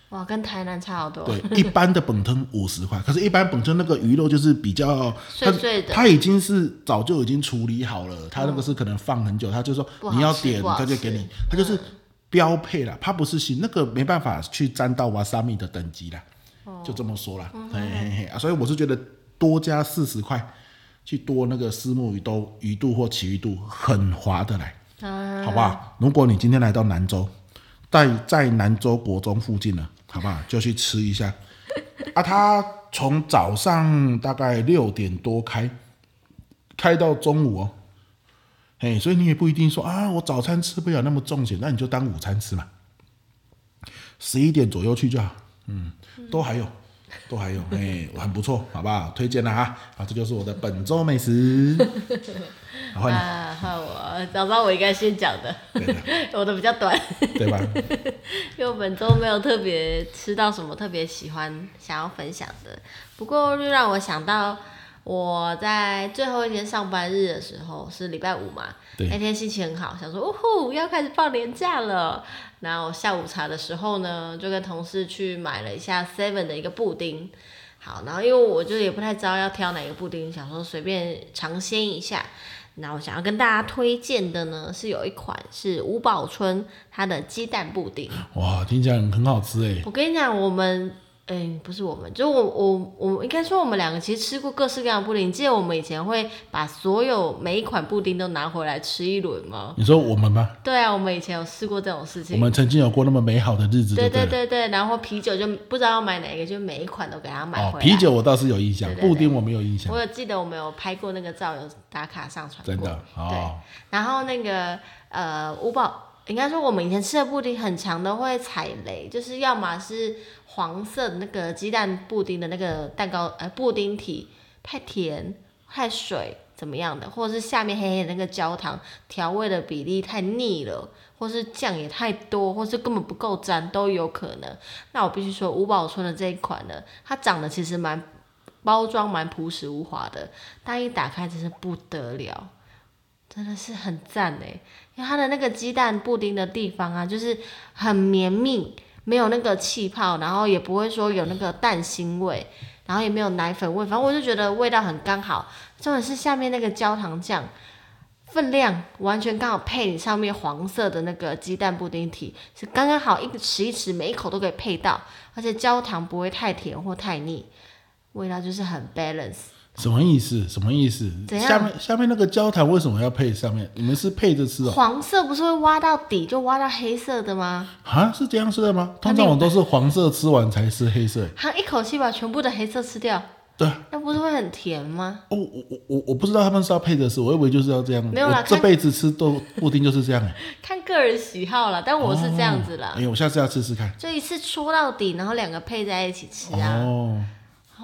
[SPEAKER 2] 哇，跟台南差好多。
[SPEAKER 1] 对，一般的本汤五十块，可是，一般本汤那个鱼肉就是比较
[SPEAKER 2] 碎碎的
[SPEAKER 1] 它它已经是早就已经处理好了，它那个是可能放很久，它就说
[SPEAKER 2] 不好
[SPEAKER 1] 你要
[SPEAKER 2] 吃
[SPEAKER 1] 点，
[SPEAKER 2] 不好
[SPEAKER 1] 它就
[SPEAKER 2] 吃嗯
[SPEAKER 1] 给你，它就是标配啦，它不是新，那个没办法去沾到瓦萨米的等级啦，
[SPEAKER 2] 哦
[SPEAKER 1] 就这么说啦，
[SPEAKER 2] 嗯
[SPEAKER 1] 嘿嘿嘿啊，所以我是觉得多加四十块去多那个丝木鱼都鱼肚或旗鱼肚很划得来。
[SPEAKER 2] 啊，
[SPEAKER 1] 好不好？如果你今天来到南州，在在南州国中附近呢，好不好？就去吃一下。啊，它从早上大概六点多开，开到中午哦。哎，所以你也不一定说啊，我早餐吃不了那么重咸，那你就当午餐吃嘛。十一点左右去就好，嗯，都还有，都还有，哎，很不错，好不好？推荐了哈。啊，这就是我的本周美食。好换你，
[SPEAKER 2] 啊，换我，早知道我应该先讲的， 我的比较短，
[SPEAKER 1] 对吧？
[SPEAKER 2] 因为我本周没有特别吃到什么特别喜欢想要分享的，不过就让我想到我在最后一天上班日的时候是礼拜五嘛，
[SPEAKER 1] 对
[SPEAKER 2] 那天心情很好，想说哦吼要开始放年假了，然后下午茶的时候呢，就跟同事去买了一下 Seven 的一个布丁。好，然后因为我就也不太知道要挑哪个布丁，想说随便尝鲜一下。那我想要跟大家推荐的呢，是有一款是吴宝春它的鸡蛋布丁。
[SPEAKER 1] 哇，听起来很好吃哎。
[SPEAKER 2] 我跟你讲，我们，哎、不是我们，就我我我们应该说我们两个其实吃过各式各样的布丁。你记得我们以前会把所有每一款布丁都拿回来吃一轮吗？
[SPEAKER 1] 你说我们吗？
[SPEAKER 2] 对啊，我们以前有试过这种事
[SPEAKER 1] 我
[SPEAKER 2] 情。
[SPEAKER 1] 们曾经有过那么美好的日子就对
[SPEAKER 2] 对对
[SPEAKER 1] 了。
[SPEAKER 2] 对对，然后啤酒就不知道要买哪一个，就每一款都给他买
[SPEAKER 1] 哦，
[SPEAKER 2] 回来。
[SPEAKER 1] 啤酒我倒是有印象，
[SPEAKER 2] 对对对
[SPEAKER 1] 布丁我没有印象
[SPEAKER 2] 我，有记得我们有拍过那个照，有打卡上传
[SPEAKER 1] 真
[SPEAKER 2] 过。
[SPEAKER 1] 的哦。
[SPEAKER 2] 然后那个呃，五宝应该说我们以前吃的布丁很长都会踩雷，就是要么是黄色的那个鸡蛋布丁的那个蛋糕呃布丁体太甜太水怎么样的，或者是下面黑黑的那个焦糖调味的比例太腻了。或是酱也太多，或是根本不够沾，都有可能。那我必须说，五宝村的这一款呢，它长得其实蛮包装蛮朴实无华的，但一打开真是不得了。真的是很赞哎，因为它的那个鸡蛋布丁的地方啊，就是很绵密，没有那个气泡，然后也不会说有那个蛋腥味，然后也没有奶粉味，反正我就觉得味道很刚好。重点是下面那个焦糖酱分量完全刚好配你上面黄色的那个鸡蛋布丁体，是刚刚好一匙一匙，每一口都可以配到，而且焦糖不会太甜或太腻，味道就是很 balance。
[SPEAKER 1] 什么意思？什么意思？
[SPEAKER 2] 怎样
[SPEAKER 1] 下面下面那个焦糖为什么要配上面？你们是配着吃哦？
[SPEAKER 2] 黄色不是会挖到底就挖到黑色的吗？
[SPEAKER 1] 啊，是这样吃的吗？通常我都是黄色吃完才吃黑色。
[SPEAKER 2] 它一口气把全部的黑色吃掉，
[SPEAKER 1] 对啊，
[SPEAKER 2] 那不是会很甜吗？
[SPEAKER 1] 哦我我我我不知道他们是要配着吃，我以为就是要这样。
[SPEAKER 2] 没有啦
[SPEAKER 1] 我这
[SPEAKER 2] 看
[SPEAKER 1] 辈子吃豆布丁就是这 样哎、
[SPEAKER 2] 看个人喜好啦，但我是这样子啦，
[SPEAKER 1] 哎、我下次要试试看。
[SPEAKER 2] 就一次戳到底，然后两个配在一起吃啊，
[SPEAKER 1] 哦，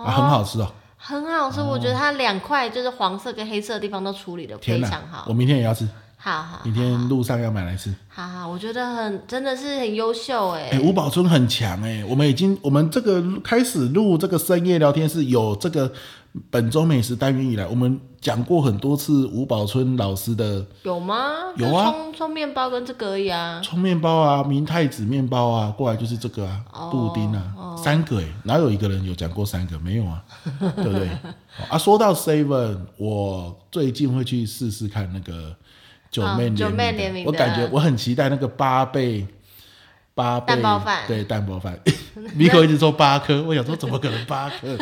[SPEAKER 1] 啊，很好吃哦！
[SPEAKER 2] 很好吃。我觉得它两块就是黄色跟黑色的地方都处理的非
[SPEAKER 1] 天
[SPEAKER 2] 常
[SPEAKER 1] 哪，
[SPEAKER 2] 好，
[SPEAKER 1] 我明天也要吃，
[SPEAKER 2] 好好
[SPEAKER 1] 明天路上要买来吃。
[SPEAKER 2] 好好，我觉得很真的是很优秀哎、
[SPEAKER 1] 哎、吴宝春很强哎、我们已经我们这个开始录这个深夜聊天是有这个本周美食单元以来，我们讲过很多次吴宝春老师的
[SPEAKER 2] 有吗？
[SPEAKER 1] 有
[SPEAKER 2] 就
[SPEAKER 1] 啊
[SPEAKER 2] 葱葱面包跟这个而已啊。
[SPEAKER 1] 葱面包啊、明太子面包啊，过来就是这个啊，
[SPEAKER 2] 哦
[SPEAKER 1] 布丁啊，三个哎、哪有一个人有讲过三个？没有啊，对不对？好啊，说到 seven，我最近会去试试看那个九妹
[SPEAKER 2] 哦九妹
[SPEAKER 1] 联
[SPEAKER 2] 联名的
[SPEAKER 1] 我感觉我很期待那个八倍。八倍
[SPEAKER 2] 蛋包饭
[SPEAKER 1] 对蛋包饭， 米口一直说八颗，我想说怎么可能八 颗？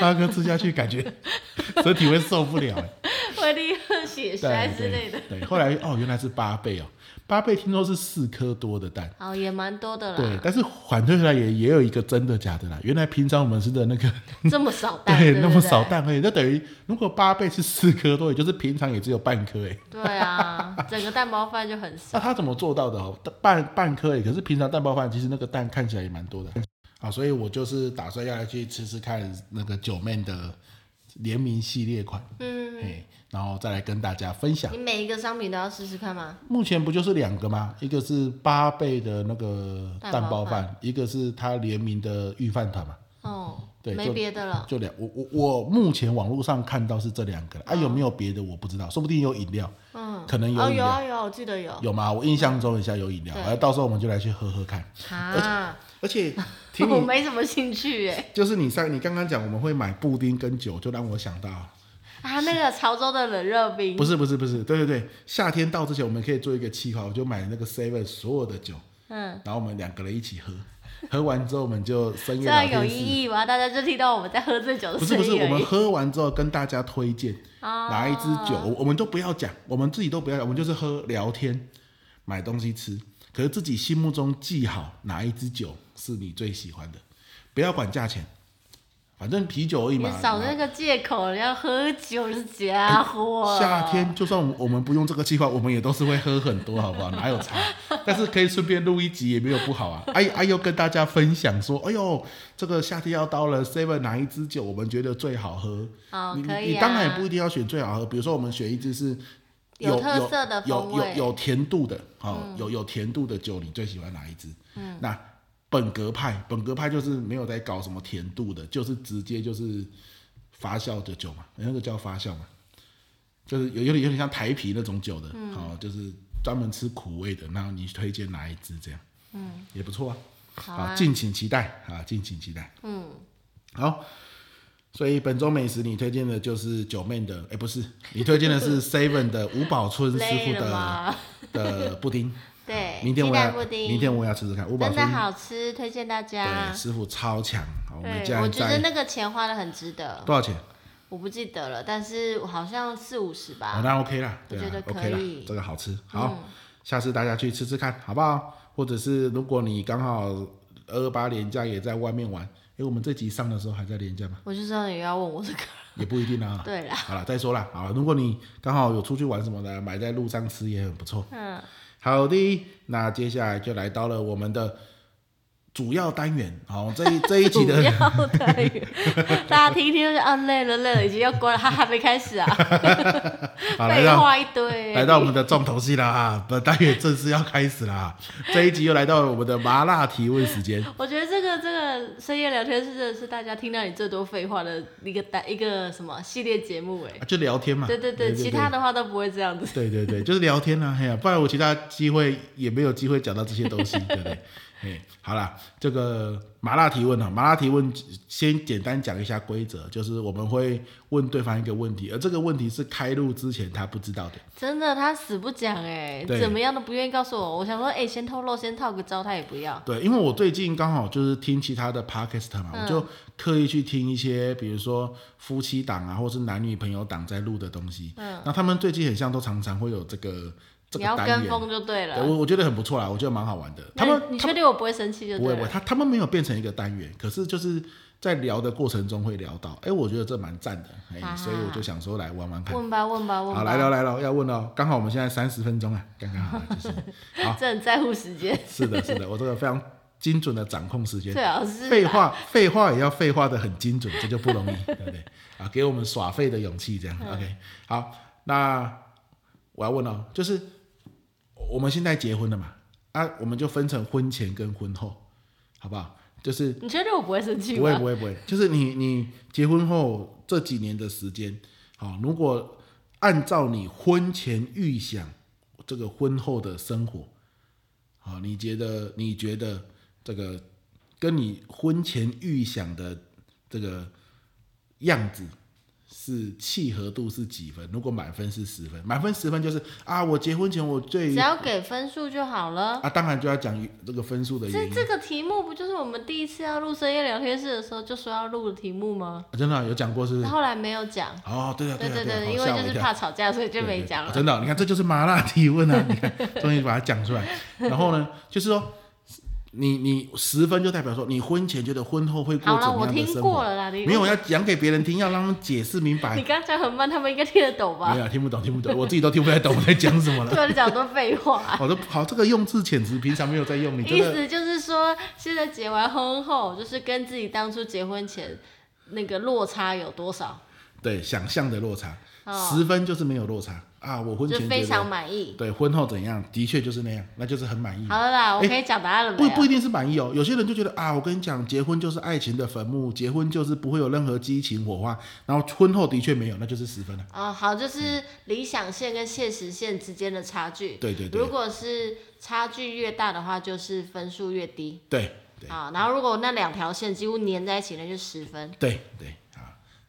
[SPEAKER 1] 八颗吃下去感觉 身体会受不 了、欸。
[SPEAKER 2] 会立刻血
[SPEAKER 1] 对
[SPEAKER 2] 栓之类的，
[SPEAKER 1] 对，对后来哦，原来是八倍哦，八倍听说是四颗多的蛋。
[SPEAKER 2] 好哦也蛮多的
[SPEAKER 1] 对
[SPEAKER 2] 啦，，
[SPEAKER 1] 但是反推回来也也有一个真的假的啦。原来平常我们吃的那个，
[SPEAKER 2] 这么少蛋，
[SPEAKER 1] 对，
[SPEAKER 2] 对
[SPEAKER 1] 那
[SPEAKER 2] 不
[SPEAKER 1] 么
[SPEAKER 2] 对
[SPEAKER 1] 少蛋而已，那等于如果八倍是四颗多，也就是平常也只有半颗哎。
[SPEAKER 2] 对啊，整个蛋包饭就很少。
[SPEAKER 1] 那他怎么做到的哦？半半颗哎，可是平常蛋包饭其实那个蛋看起来也蛮多的啊，所以我就是打算要来去吃吃看那个九妹的联名系列款，
[SPEAKER 2] 嗯，
[SPEAKER 1] 嘿，然后再来跟大家分享。
[SPEAKER 2] 你每一个商品都要试试看吗？
[SPEAKER 1] 目前不就是两个吗？一个是八倍的那个
[SPEAKER 2] 蛋
[SPEAKER 1] 蛋包
[SPEAKER 2] 包饭
[SPEAKER 1] 饭，一个是他联名的御饭团嘛，
[SPEAKER 2] 哦，
[SPEAKER 1] 对
[SPEAKER 2] 没
[SPEAKER 1] 就
[SPEAKER 2] 别的了。
[SPEAKER 1] 就两。我我我目前网络上看到是这两个了啊，有没有别的我不知道，说不定有饮料，
[SPEAKER 2] 嗯，
[SPEAKER 1] 可能有
[SPEAKER 2] 哦，
[SPEAKER 1] 饮
[SPEAKER 2] 有
[SPEAKER 1] 料，
[SPEAKER 2] 啊有啊，我记得有。
[SPEAKER 1] 有吗？我印象中一下有饮料，
[SPEAKER 2] 对
[SPEAKER 1] 而到时候我们就来去喝喝看。
[SPEAKER 2] 啊，
[SPEAKER 1] 而 且听
[SPEAKER 2] 我
[SPEAKER 1] 你
[SPEAKER 2] 没什么兴趣哎。
[SPEAKER 1] 就是你上你刚刚讲我们会买布丁跟酒，就让我想到，
[SPEAKER 2] 啊，那个潮州的冷热冰
[SPEAKER 1] 不，是不是不是，对对对，夏天到之前我们可以做一个计划，我就买那个 seven 所有的酒。
[SPEAKER 2] 嗯，
[SPEAKER 1] 然后我们两个人一起喝，喝完之后我们就深
[SPEAKER 2] 这
[SPEAKER 1] 夜
[SPEAKER 2] 样
[SPEAKER 1] 聊
[SPEAKER 2] 有
[SPEAKER 1] 天室。
[SPEAKER 2] 意义吗？大家就听到我们在喝醉酒的
[SPEAKER 1] 不是
[SPEAKER 2] 声
[SPEAKER 1] 不是，
[SPEAKER 2] 音
[SPEAKER 1] 我
[SPEAKER 2] 而
[SPEAKER 1] 们
[SPEAKER 2] 已。
[SPEAKER 1] 喝完之后跟大家推荐
[SPEAKER 2] 哦
[SPEAKER 1] 哪一支酒，我我们都不要讲，我们自己都不要讲，我们就是喝聊天，买东西吃。可是自己心目中记好哪一支酒是你最喜欢的，不要管价钱，反正啤酒而已
[SPEAKER 2] 你
[SPEAKER 1] 嘛。
[SPEAKER 2] 少那个借口，你要喝酒是家伙。
[SPEAKER 1] 夏天就算我们我们不用这个计划，我们也都是会喝很多，好 不好？哪有差？但是可以顺便录一集也没有不好啊。哎哎呦，跟大家分享说，哎呦，这个夏天要到了，seven 哪一支酒我们觉得最好喝？
[SPEAKER 2] 哦
[SPEAKER 1] 你，
[SPEAKER 2] 可
[SPEAKER 1] 你
[SPEAKER 2] 以啊。
[SPEAKER 1] 当然也不一定要选最好喝，比如说我们选一支是
[SPEAKER 2] 有
[SPEAKER 1] 有
[SPEAKER 2] 特色的
[SPEAKER 1] 有
[SPEAKER 2] 风
[SPEAKER 1] 有有
[SPEAKER 2] 味嗯
[SPEAKER 1] 有甜度的，哦，有有甜度的酒，你最喜欢哪一支？嗯，那本格派，本格派就是没有在搞什么甜度的，就是直接就是发酵的酒嘛，那个叫发酵嘛，就是有有点有点像台啤那种酒的，
[SPEAKER 2] 嗯
[SPEAKER 1] 哦，就是专门吃苦味的。然后你推荐哪一支这样？嗯，也不错啊。
[SPEAKER 2] 好
[SPEAKER 1] 好，
[SPEAKER 2] 啊。
[SPEAKER 1] 敬请期待啊，敬请期待。嗯，好，所以本周美食你推荐的就是九妹的，哎、不是，你推荐的 是 Seven 的吴宝春师傅
[SPEAKER 2] 累了
[SPEAKER 1] 的
[SPEAKER 2] 吗？
[SPEAKER 1] 的布 丁。
[SPEAKER 2] 对，
[SPEAKER 1] 明天
[SPEAKER 2] 鸡
[SPEAKER 1] 我
[SPEAKER 2] 蛋
[SPEAKER 1] 要
[SPEAKER 2] 啊布，丁，
[SPEAKER 1] 明天我要吃吃看。吴宝
[SPEAKER 2] 真的
[SPEAKER 1] 春
[SPEAKER 2] 好吃，推荐大家
[SPEAKER 1] 对。师傅超强，好我们
[SPEAKER 2] 对
[SPEAKER 1] 竟，
[SPEAKER 2] 我
[SPEAKER 1] 然
[SPEAKER 2] 觉得
[SPEAKER 1] 在
[SPEAKER 2] 那啊个钱花的很值得，
[SPEAKER 1] 多少钱？
[SPEAKER 2] 我不记得了，但是好像四五十
[SPEAKER 1] 啊，
[SPEAKER 2] 吧。
[SPEAKER 1] 那 OK 啦，对
[SPEAKER 2] 我觉
[SPEAKER 1] 啊
[SPEAKER 2] 得
[SPEAKER 1] ，OK
[SPEAKER 2] 可
[SPEAKER 1] 啦
[SPEAKER 2] 以，嗯
[SPEAKER 1] 这个好吃，好，下次大家去吃吃看，好不好？或者是如果你刚好二二八连假也在外面玩，因为我们这集上的时候还在连假嘛，
[SPEAKER 2] 我就知道你要问我这个，
[SPEAKER 1] 也不一定啊。
[SPEAKER 2] 对 啦，
[SPEAKER 1] 好了，再说啦。好，如果你刚好有出去玩什么的，买在路上吃也很不错。
[SPEAKER 2] 嗯，
[SPEAKER 1] 好的，那接下来就来到了我们的主要单元。好，这 一这一集
[SPEAKER 2] 主
[SPEAKER 1] 的
[SPEAKER 2] 要的语，大家听一听就是啊累了累了，已经要关了，他还没开始啊，
[SPEAKER 1] 好来
[SPEAKER 2] 废
[SPEAKER 1] 到
[SPEAKER 2] 话一堆。
[SPEAKER 1] 来到我们的重头戏啦，啊本单元正式要开始啦。这一集又来到了我们的麻辣提问时间。
[SPEAKER 2] 我觉得这个这个深夜聊天室真的是大家听到你最多废话的一个单一个什么系列节目哎
[SPEAKER 1] 啊，就聊天嘛，
[SPEAKER 2] 对对对，其他的话都不会这样子。
[SPEAKER 1] 对对对，就是聊天啊，嘿呀、不然我其他机会也没有机会讲到这些东西，对不对？嘿，好啦，这个麻辣提问啊，麻辣提问先简单讲一下规则，就是我们会问对方一个问题，而这个问题是开录之前他不知道的。
[SPEAKER 2] 真的，他死不讲哎、
[SPEAKER 1] 对
[SPEAKER 2] 怎么样都不愿意告诉我。我想说，哎、先透露，先套个招，他也不要。
[SPEAKER 1] 对，因为我最近刚好就是听其他的 podcast 嘛，
[SPEAKER 2] 嗯
[SPEAKER 1] 我就刻意去听一些，比如说夫妻档啊，或是男女朋友档在录的东西。嗯，那他们最近很像都常常会有这个这
[SPEAKER 2] 你
[SPEAKER 1] 个
[SPEAKER 2] 要
[SPEAKER 1] 单
[SPEAKER 2] 跟
[SPEAKER 1] 元，
[SPEAKER 2] 风就
[SPEAKER 1] 对
[SPEAKER 2] 对了。
[SPEAKER 1] 我我觉得很不错啦，我觉得蛮好玩的。
[SPEAKER 2] 那
[SPEAKER 1] 他们
[SPEAKER 2] 你确定我不会生气就
[SPEAKER 1] 不会
[SPEAKER 2] 对
[SPEAKER 1] 不
[SPEAKER 2] 了？
[SPEAKER 1] 会，他他们没有变成一个单元，可是就是在聊的过程中会聊到，哎，我觉得这蛮赞的，哎，
[SPEAKER 2] 啊
[SPEAKER 1] 所以我就想说来玩玩看。
[SPEAKER 2] 问吧，问吧，问吧。
[SPEAKER 1] 好，来了来了，要问了，刚好我们现在三十分钟啊，刚刚好了，就是
[SPEAKER 2] 这很在乎 时间，
[SPEAKER 1] 是的，是的，我这个非常精准的掌控时间。
[SPEAKER 2] 最好是啊
[SPEAKER 1] 废话，废话也要废话的很精准，这就不容易，对不对？啊，给我们耍废的勇气，这样、OK。好，
[SPEAKER 2] 嗯
[SPEAKER 1] 那我要问哦，就是我们现在结婚了嘛？啊，我们就分成婚前跟婚后，好不好？就是
[SPEAKER 2] 你确定我不会生气
[SPEAKER 1] 不会
[SPEAKER 2] 吗？
[SPEAKER 1] 不会不会，就是你你结婚后这几年的时间，好、如果按照你婚前预想这个婚后的生活，好、你觉得你觉得这个跟你婚前预想的这个样子是契合度是几分？如果满分是十分，满分十分就是啊，我结婚前我对
[SPEAKER 2] 只
[SPEAKER 1] 于
[SPEAKER 2] 要给分数就好了。
[SPEAKER 1] 啊，当然就要讲这个分数的原
[SPEAKER 2] 这
[SPEAKER 1] 因。
[SPEAKER 2] 这个题目不就是我们第一次要录深夜聊天室的时候就说要录的题目吗？
[SPEAKER 1] 啊真的啊、有讲过是不是？
[SPEAKER 2] 后来没有讲。
[SPEAKER 1] 哦，对啊，
[SPEAKER 2] 对
[SPEAKER 1] 啊，
[SPEAKER 2] 对
[SPEAKER 1] 对啊，
[SPEAKER 2] 对，
[SPEAKER 1] 好
[SPEAKER 2] 因
[SPEAKER 1] 吓
[SPEAKER 2] 为
[SPEAKER 1] 我
[SPEAKER 2] 就
[SPEAKER 1] 一
[SPEAKER 2] 是
[SPEAKER 1] 跳
[SPEAKER 2] 怕吵架，所以就没讲
[SPEAKER 1] 对对
[SPEAKER 2] 了。
[SPEAKER 1] 真的，你看这就是麻辣提问 啊！你看，终于把它讲出来。然后呢，就是说，你你十分就代表说你婚前觉得婚后会过
[SPEAKER 2] 好
[SPEAKER 1] 怎
[SPEAKER 2] 了，
[SPEAKER 1] 么样
[SPEAKER 2] 我
[SPEAKER 1] 的
[SPEAKER 2] 听
[SPEAKER 1] 生
[SPEAKER 2] 过
[SPEAKER 1] 活？
[SPEAKER 2] 了啦，你
[SPEAKER 1] 没有，我啊要讲给别人听，要让他们解释明白
[SPEAKER 2] 你。刚讲很慢，他们应该听得懂吧
[SPEAKER 1] 没？有，啊听不懂，听不懂，我自己都听不太懂我在讲什么 了。
[SPEAKER 2] 对，你讲很多废话。
[SPEAKER 1] 我都好，这个用字遣词平常没有在用，你真
[SPEAKER 2] 意
[SPEAKER 1] 的
[SPEAKER 2] 思就是说，现在结完婚后，就是跟自己当初结婚前那个落差有多少，
[SPEAKER 1] 对想象的落差，
[SPEAKER 2] 哦
[SPEAKER 1] 十分就是没有落差啊！我婚
[SPEAKER 2] 就
[SPEAKER 1] 前
[SPEAKER 2] 非
[SPEAKER 1] 觉
[SPEAKER 2] 常
[SPEAKER 1] 得
[SPEAKER 2] 满意。
[SPEAKER 1] 对婚后怎样，的确就是那样，那就是很满意。
[SPEAKER 2] 好了啦，我可以讲答案了没
[SPEAKER 1] 嗯
[SPEAKER 2] 啊
[SPEAKER 1] 不
[SPEAKER 2] 有？
[SPEAKER 1] 不一定是满意哦，有些人就觉得啊，我跟你讲，结婚就是爱情的坟墓，结婚就是不会有任何激情火花，然后婚后的确没有，那就是十分了。
[SPEAKER 2] 哦，好，就是理想线跟现实线之间的差距。
[SPEAKER 1] 对对对
[SPEAKER 2] 如果是差距越大的话，就是分数越低。
[SPEAKER 1] 对对
[SPEAKER 2] 啊，然后如果那两条线几乎粘在一起，那就十分、
[SPEAKER 1] 对对，好，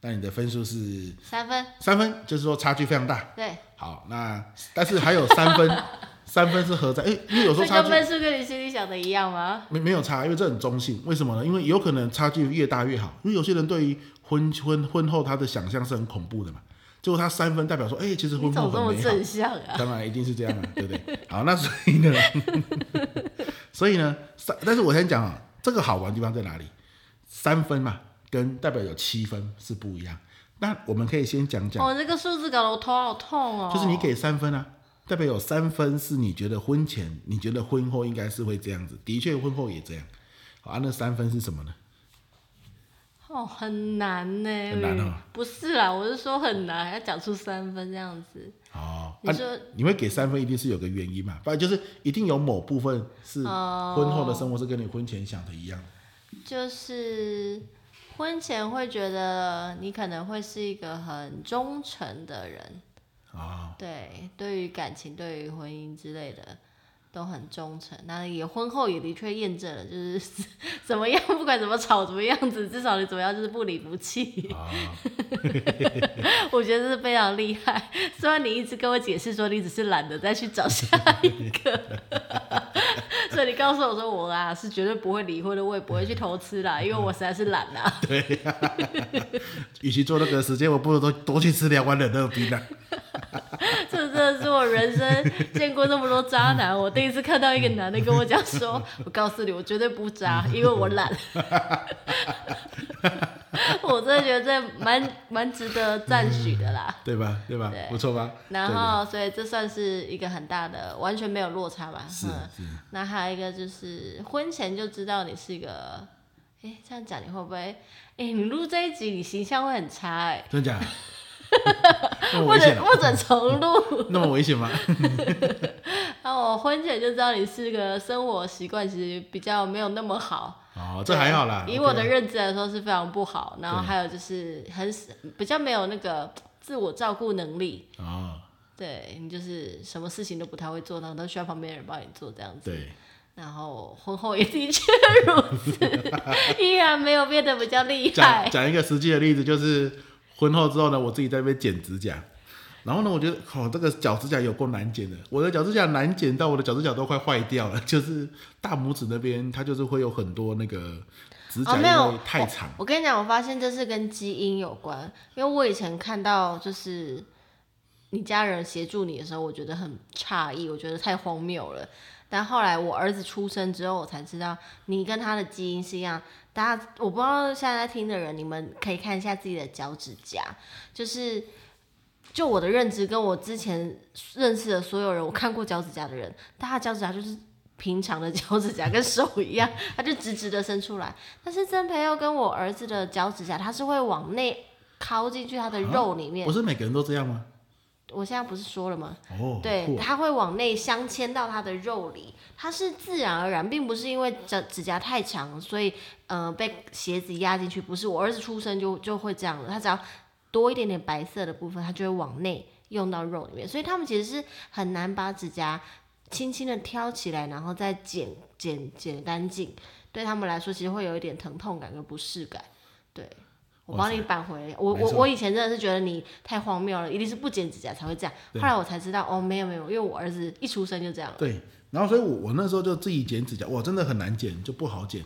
[SPEAKER 1] 那你的分数是
[SPEAKER 2] 三分。
[SPEAKER 1] 三分，就是说差距非常大。
[SPEAKER 2] 对，
[SPEAKER 1] 好，那但是还有三 分，三分是合在，哎，因为有时候
[SPEAKER 2] 这
[SPEAKER 1] 差
[SPEAKER 2] 个
[SPEAKER 1] 距
[SPEAKER 2] 分数跟你心里想的一样吗？
[SPEAKER 1] 没没有差，因为这很中性。为什么呢？因为有可能差距越大越好，因为有些人对于婚婚婚后他的想象是很恐怖的嘛，结果他三分代表说，哎，其实
[SPEAKER 2] 你
[SPEAKER 1] 婚
[SPEAKER 2] 怎
[SPEAKER 1] 后
[SPEAKER 2] 么这
[SPEAKER 1] 很
[SPEAKER 2] 么
[SPEAKER 1] 美好。
[SPEAKER 2] 正向啊？
[SPEAKER 1] 当然一定是这样啊，对不对？好，那所以呢， 所以呢，三，但是我先讲啊，这个好玩的地方在哪里？三分嘛，跟代表有七分是不一样。那我们可以先讲讲，
[SPEAKER 2] 哦，这个数字搞得我头好痛哦。
[SPEAKER 1] 就是你给三分啊，代表有三分是你觉得婚前，你觉得婚后应该是会这样子，的确婚后也这样。好啊，那三分是什么呢？
[SPEAKER 2] 哦，很难呢、
[SPEAKER 1] 很难哦
[SPEAKER 2] 不是啦，我是说很难，要讲出三分这样子。
[SPEAKER 1] 哦，
[SPEAKER 2] 你
[SPEAKER 1] 啊
[SPEAKER 2] 说
[SPEAKER 1] 你会给三分，一定是有个原因嘛，不然就是一定有某部分是
[SPEAKER 2] 哦
[SPEAKER 1] 婚后的生活是跟你婚前想的一样。
[SPEAKER 2] 就是婚前会觉得你可能会是一个很忠诚的人，
[SPEAKER 1] 哦，
[SPEAKER 2] 对，对于感情、对于婚姻之类的都很忠诚。那也婚后也的确验证了，就是 怎么样，不管怎么吵，怎么样子，至少你怎么样就是不离不弃。 我觉得这是非常厉害。虽然你一直跟我解释说你只是懒得再去找下一个， 所以你告诉我说我啊是绝对不会离婚的，我也不会去偷吃啦，因为我实在是懒啊啦。
[SPEAKER 1] 与其做那个时间，我不如多多去吃两碗冷热 冰啊！
[SPEAKER 2] 这真的是我人生见过那么多渣男，我第一次看到一个男的跟我讲说：“我告诉你，我绝对不渣，因为我懒。” 我真的觉得这蛮蛮值得赞许的啦。
[SPEAKER 1] 对吧？对吧？不错吧？嗯
[SPEAKER 2] 然
[SPEAKER 1] 对
[SPEAKER 2] 后，所以这算是一个很大的，完全没有落差吧。
[SPEAKER 1] 是
[SPEAKER 2] 嗯。
[SPEAKER 1] 是，
[SPEAKER 2] 那还有一个就是婚前就知道你是一个，哎，这样讲你会不会？哎，你录这一集你形象会很差哎、
[SPEAKER 1] 真 假？那么
[SPEAKER 2] 或
[SPEAKER 1] 危
[SPEAKER 2] 者
[SPEAKER 1] 险啊？
[SPEAKER 2] 或者重录。
[SPEAKER 1] 那么危险 吗？
[SPEAKER 2] 那我婚前就知道你是个生活习惯其实比较没有那么好，
[SPEAKER 1] 哦，这还好啦。
[SPEAKER 2] 以我的
[SPEAKER 1] OK
[SPEAKER 2] 认知来说是非常不好。然后
[SPEAKER 1] 对
[SPEAKER 2] 还有就是很比较没有那个自我照顾能力，
[SPEAKER 1] 啊哦，
[SPEAKER 2] 对你就是什么事情都不太会做，然后都需要旁边人帮你做这样子。
[SPEAKER 1] 对，
[SPEAKER 2] 然后婚后也的确如此， 依然没有变得比较厉
[SPEAKER 1] 讲
[SPEAKER 2] 害。
[SPEAKER 1] 讲一个实际的例子，就是婚后之后呢，我自己在那边剪指甲，然后呢，我觉得哦，这个脚指甲有够难剪的，我的脚指甲难剪到我的脚指甲都快坏掉了，就是大拇指那边它就是会有很多那个指甲
[SPEAKER 2] 哦，
[SPEAKER 1] 因
[SPEAKER 2] 没有
[SPEAKER 1] 为太长，
[SPEAKER 2] 我。我跟你讲，我发现这是跟基因有关，因为我以前看到就是你家人协助你的时候，我觉得很诧异，我觉得太荒谬了。但后来我儿子出生之后，我才知道你跟他的基因是一样。大家我不知道现在在听的人，你们可以看一下自己的脚趾甲，就是就我的认知跟我之前认识的所有人，我看过脚趾甲的人，大家脚趾甲就是平常的 脚趾甲，跟手一样，它就直直的伸出来。但是真培佑跟我儿子的脚趾甲，它是会往内靠进去他的肉里面。
[SPEAKER 1] 不是每个人都这样吗？
[SPEAKER 2] 我现在不是说了吗？
[SPEAKER 1] 哦，好
[SPEAKER 2] 对
[SPEAKER 1] 酷，哦
[SPEAKER 2] 它会往内镶嵌到它的肉里，它是自然而然，并不是因为指指甲太长，所以呃被鞋子压进去，不是。我儿子出生就就会这样了，他只要多一点点白色的部分，它就会往内用到肉里面，所以他们其实是很难把指甲轻轻的挑起来，然后再剪剪剪干净，对他们来说其实会有一点疼痛感跟不适感，对。我
[SPEAKER 1] 哇
[SPEAKER 2] 帮你扳回来。我
[SPEAKER 1] 没
[SPEAKER 2] 我
[SPEAKER 1] 错
[SPEAKER 2] 我以前真的是觉得你太荒谬了，一定是不剪指甲才会这样。后
[SPEAKER 1] 对
[SPEAKER 2] 来我才知道，哦，没有没有，因为我儿子一出生就这样了。
[SPEAKER 1] 对，然后所以我我那时候就自己剪指甲，哇，真的很难剪，就不好剪。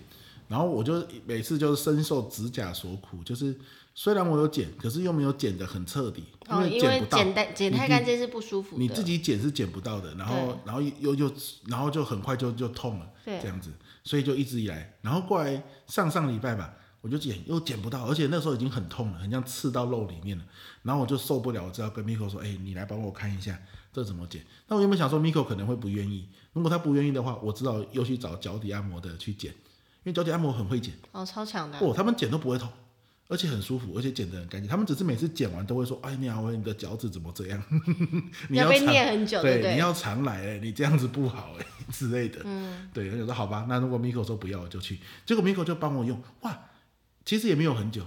[SPEAKER 1] 然后我就每次就是深受指甲所苦，就是虽然我有剪，可是又没有剪得很彻底，
[SPEAKER 2] 哦，因
[SPEAKER 1] 剪
[SPEAKER 2] 为
[SPEAKER 1] 不到。
[SPEAKER 2] 剪带剪太干净是不舒服的。
[SPEAKER 1] 你自己剪是剪不到的，然后然后又又然后就很快就就痛了，
[SPEAKER 2] 对
[SPEAKER 1] 这样子，所以就一直以来，然后过来上上礼拜吧，我就剪又剪不到，而且那时候已经很痛了，很像刺到肉里面了，然后我就受不了，我知道跟 Miko 说，哎、你来帮我看一下这怎么剪。那我原本想说 Miko 可能会不愿意，如果他不愿意的话，我只好又去找脚底按摩的去剪，因为脚底按摩很会剪。
[SPEAKER 2] 哦，超强的啊。
[SPEAKER 1] 哦，他们剪都不会痛，而且很舒服，而且剪得很干净。他们只是每次剪完都会说：“哎，你好，你的脚趾怎么这样？ 你
[SPEAKER 2] 要被
[SPEAKER 1] 常
[SPEAKER 2] 念很久对不对
[SPEAKER 1] 你要常来、哎你这样子不好哎、 之类的。”嗯，对，他就说：“好吧，那如果 Miko 说不要，我就去。”结果 Miko 就帮我用，哇，其实也没有很久，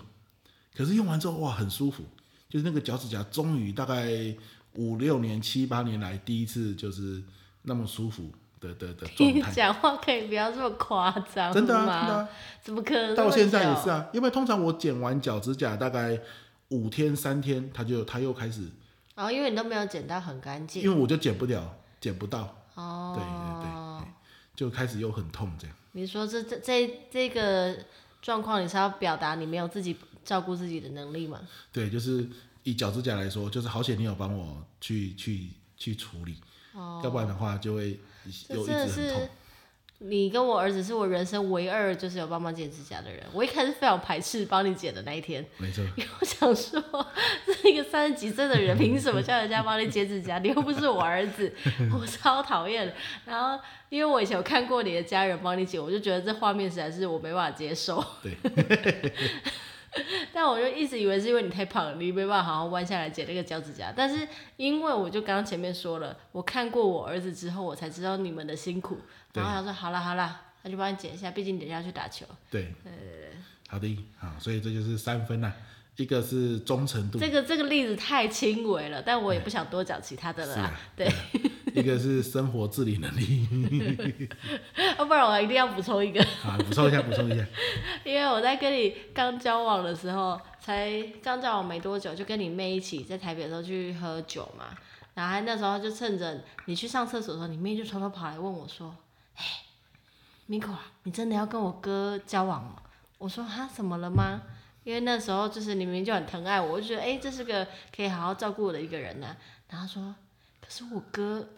[SPEAKER 1] 可是用完之后哇，很舒服，就是那个脚趾甲终于大概五六年、七八年来第一次就是那么舒服的的的状
[SPEAKER 2] 你
[SPEAKER 1] 态。
[SPEAKER 2] 讲话可以不要这么夸 张
[SPEAKER 1] 真的啊，
[SPEAKER 2] 吗
[SPEAKER 1] 真的啊。
[SPEAKER 2] 怎么可能那
[SPEAKER 1] 到
[SPEAKER 2] 么久？
[SPEAKER 1] 现在也是啊，因为通常我剪完脚趾甲大概五天三天，它就它又开始，
[SPEAKER 2] 然哦后因为你都没有剪到很干净。
[SPEAKER 1] 啊因为我就剪不了，剪不到，
[SPEAKER 2] 哦。
[SPEAKER 1] 对对对就开始又很痛这样。
[SPEAKER 2] 你说这这这这个状况，你是要表达你没有自己照顾自己的能力吗？
[SPEAKER 1] 对，就是以脚趾甲来说，就是好险你有帮我去去去处理，
[SPEAKER 2] 哦。
[SPEAKER 1] 要不然的话就会
[SPEAKER 2] 这
[SPEAKER 1] 有一
[SPEAKER 2] 真的
[SPEAKER 1] 直很痛
[SPEAKER 2] 是。你跟我儿子是我人生唯二就是有帮忙剪指甲的人。我一开始非常排斥帮你剪的那一天，
[SPEAKER 1] 没 错，
[SPEAKER 2] 因为我想说，这个三十几岁的人凭什么叫人家帮你剪指甲？你又不是我儿子，我超讨厌的。然后，因为我以前有看过你的家人帮你剪，我就觉得这画面实在是我没办法接受。
[SPEAKER 1] 对。
[SPEAKER 2] 但我就一直以为是因为你太胖了，你没办法好好弯下来剪那个脚趾甲。但是因为我就刚刚前面说了，我看过我儿子之后，我才知道你们的辛苦。
[SPEAKER 1] 对
[SPEAKER 2] 然后他说：“好啦好啦，那就帮你剪一下，毕竟你等一下要去打球。
[SPEAKER 1] 对，好的，好，所以这就是三分啦、一个是忠诚”度，
[SPEAKER 2] 这个这个例子太轻微了，但我也不想多讲其他的了
[SPEAKER 1] 是
[SPEAKER 2] 啦
[SPEAKER 1] 啊。
[SPEAKER 2] 对，
[SPEAKER 1] 一个是生活自理能力，
[SPEAKER 2] 要不然我一定要补充一个，
[SPEAKER 1] 好，补充一下，补充一下，
[SPEAKER 2] 因为我在跟你刚交往的时候，才刚交往没多久，就跟你妹一起在台北的时候去喝酒嘛。然后那时候就趁着你去上厕所的时候，你妹就偷偷跑来问我说：“哎、m i k o 啊，你真的要跟我哥交往吗？”我说：“哈，怎么了吗？”因为那时候就是你明明就很疼爱我，我就觉得哎、这是个可以好好照顾我的一个人呐、然后她说：“可是我哥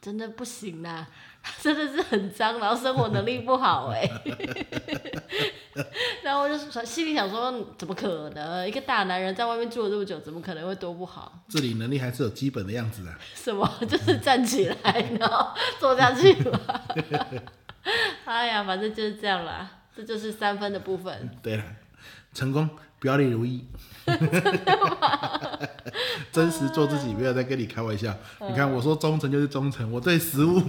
[SPEAKER 2] 真的不行啦、他真的是很脏，然后生活能力不好哎、然后我就说，心里想说，怎么可能？一个大男人在外面住了这么久，怎么可能会多不好？
[SPEAKER 1] 自理能力还是有基本的样子啊。
[SPEAKER 2] 什么？ 就是站起来，然后坐下去吧。 哎呀，反正就是这样啦，这就是三分的部分。
[SPEAKER 1] 对了，成功表里如一， 真实做自己，不要再跟你开玩笑。你看，我说忠诚就是忠诚，我对食物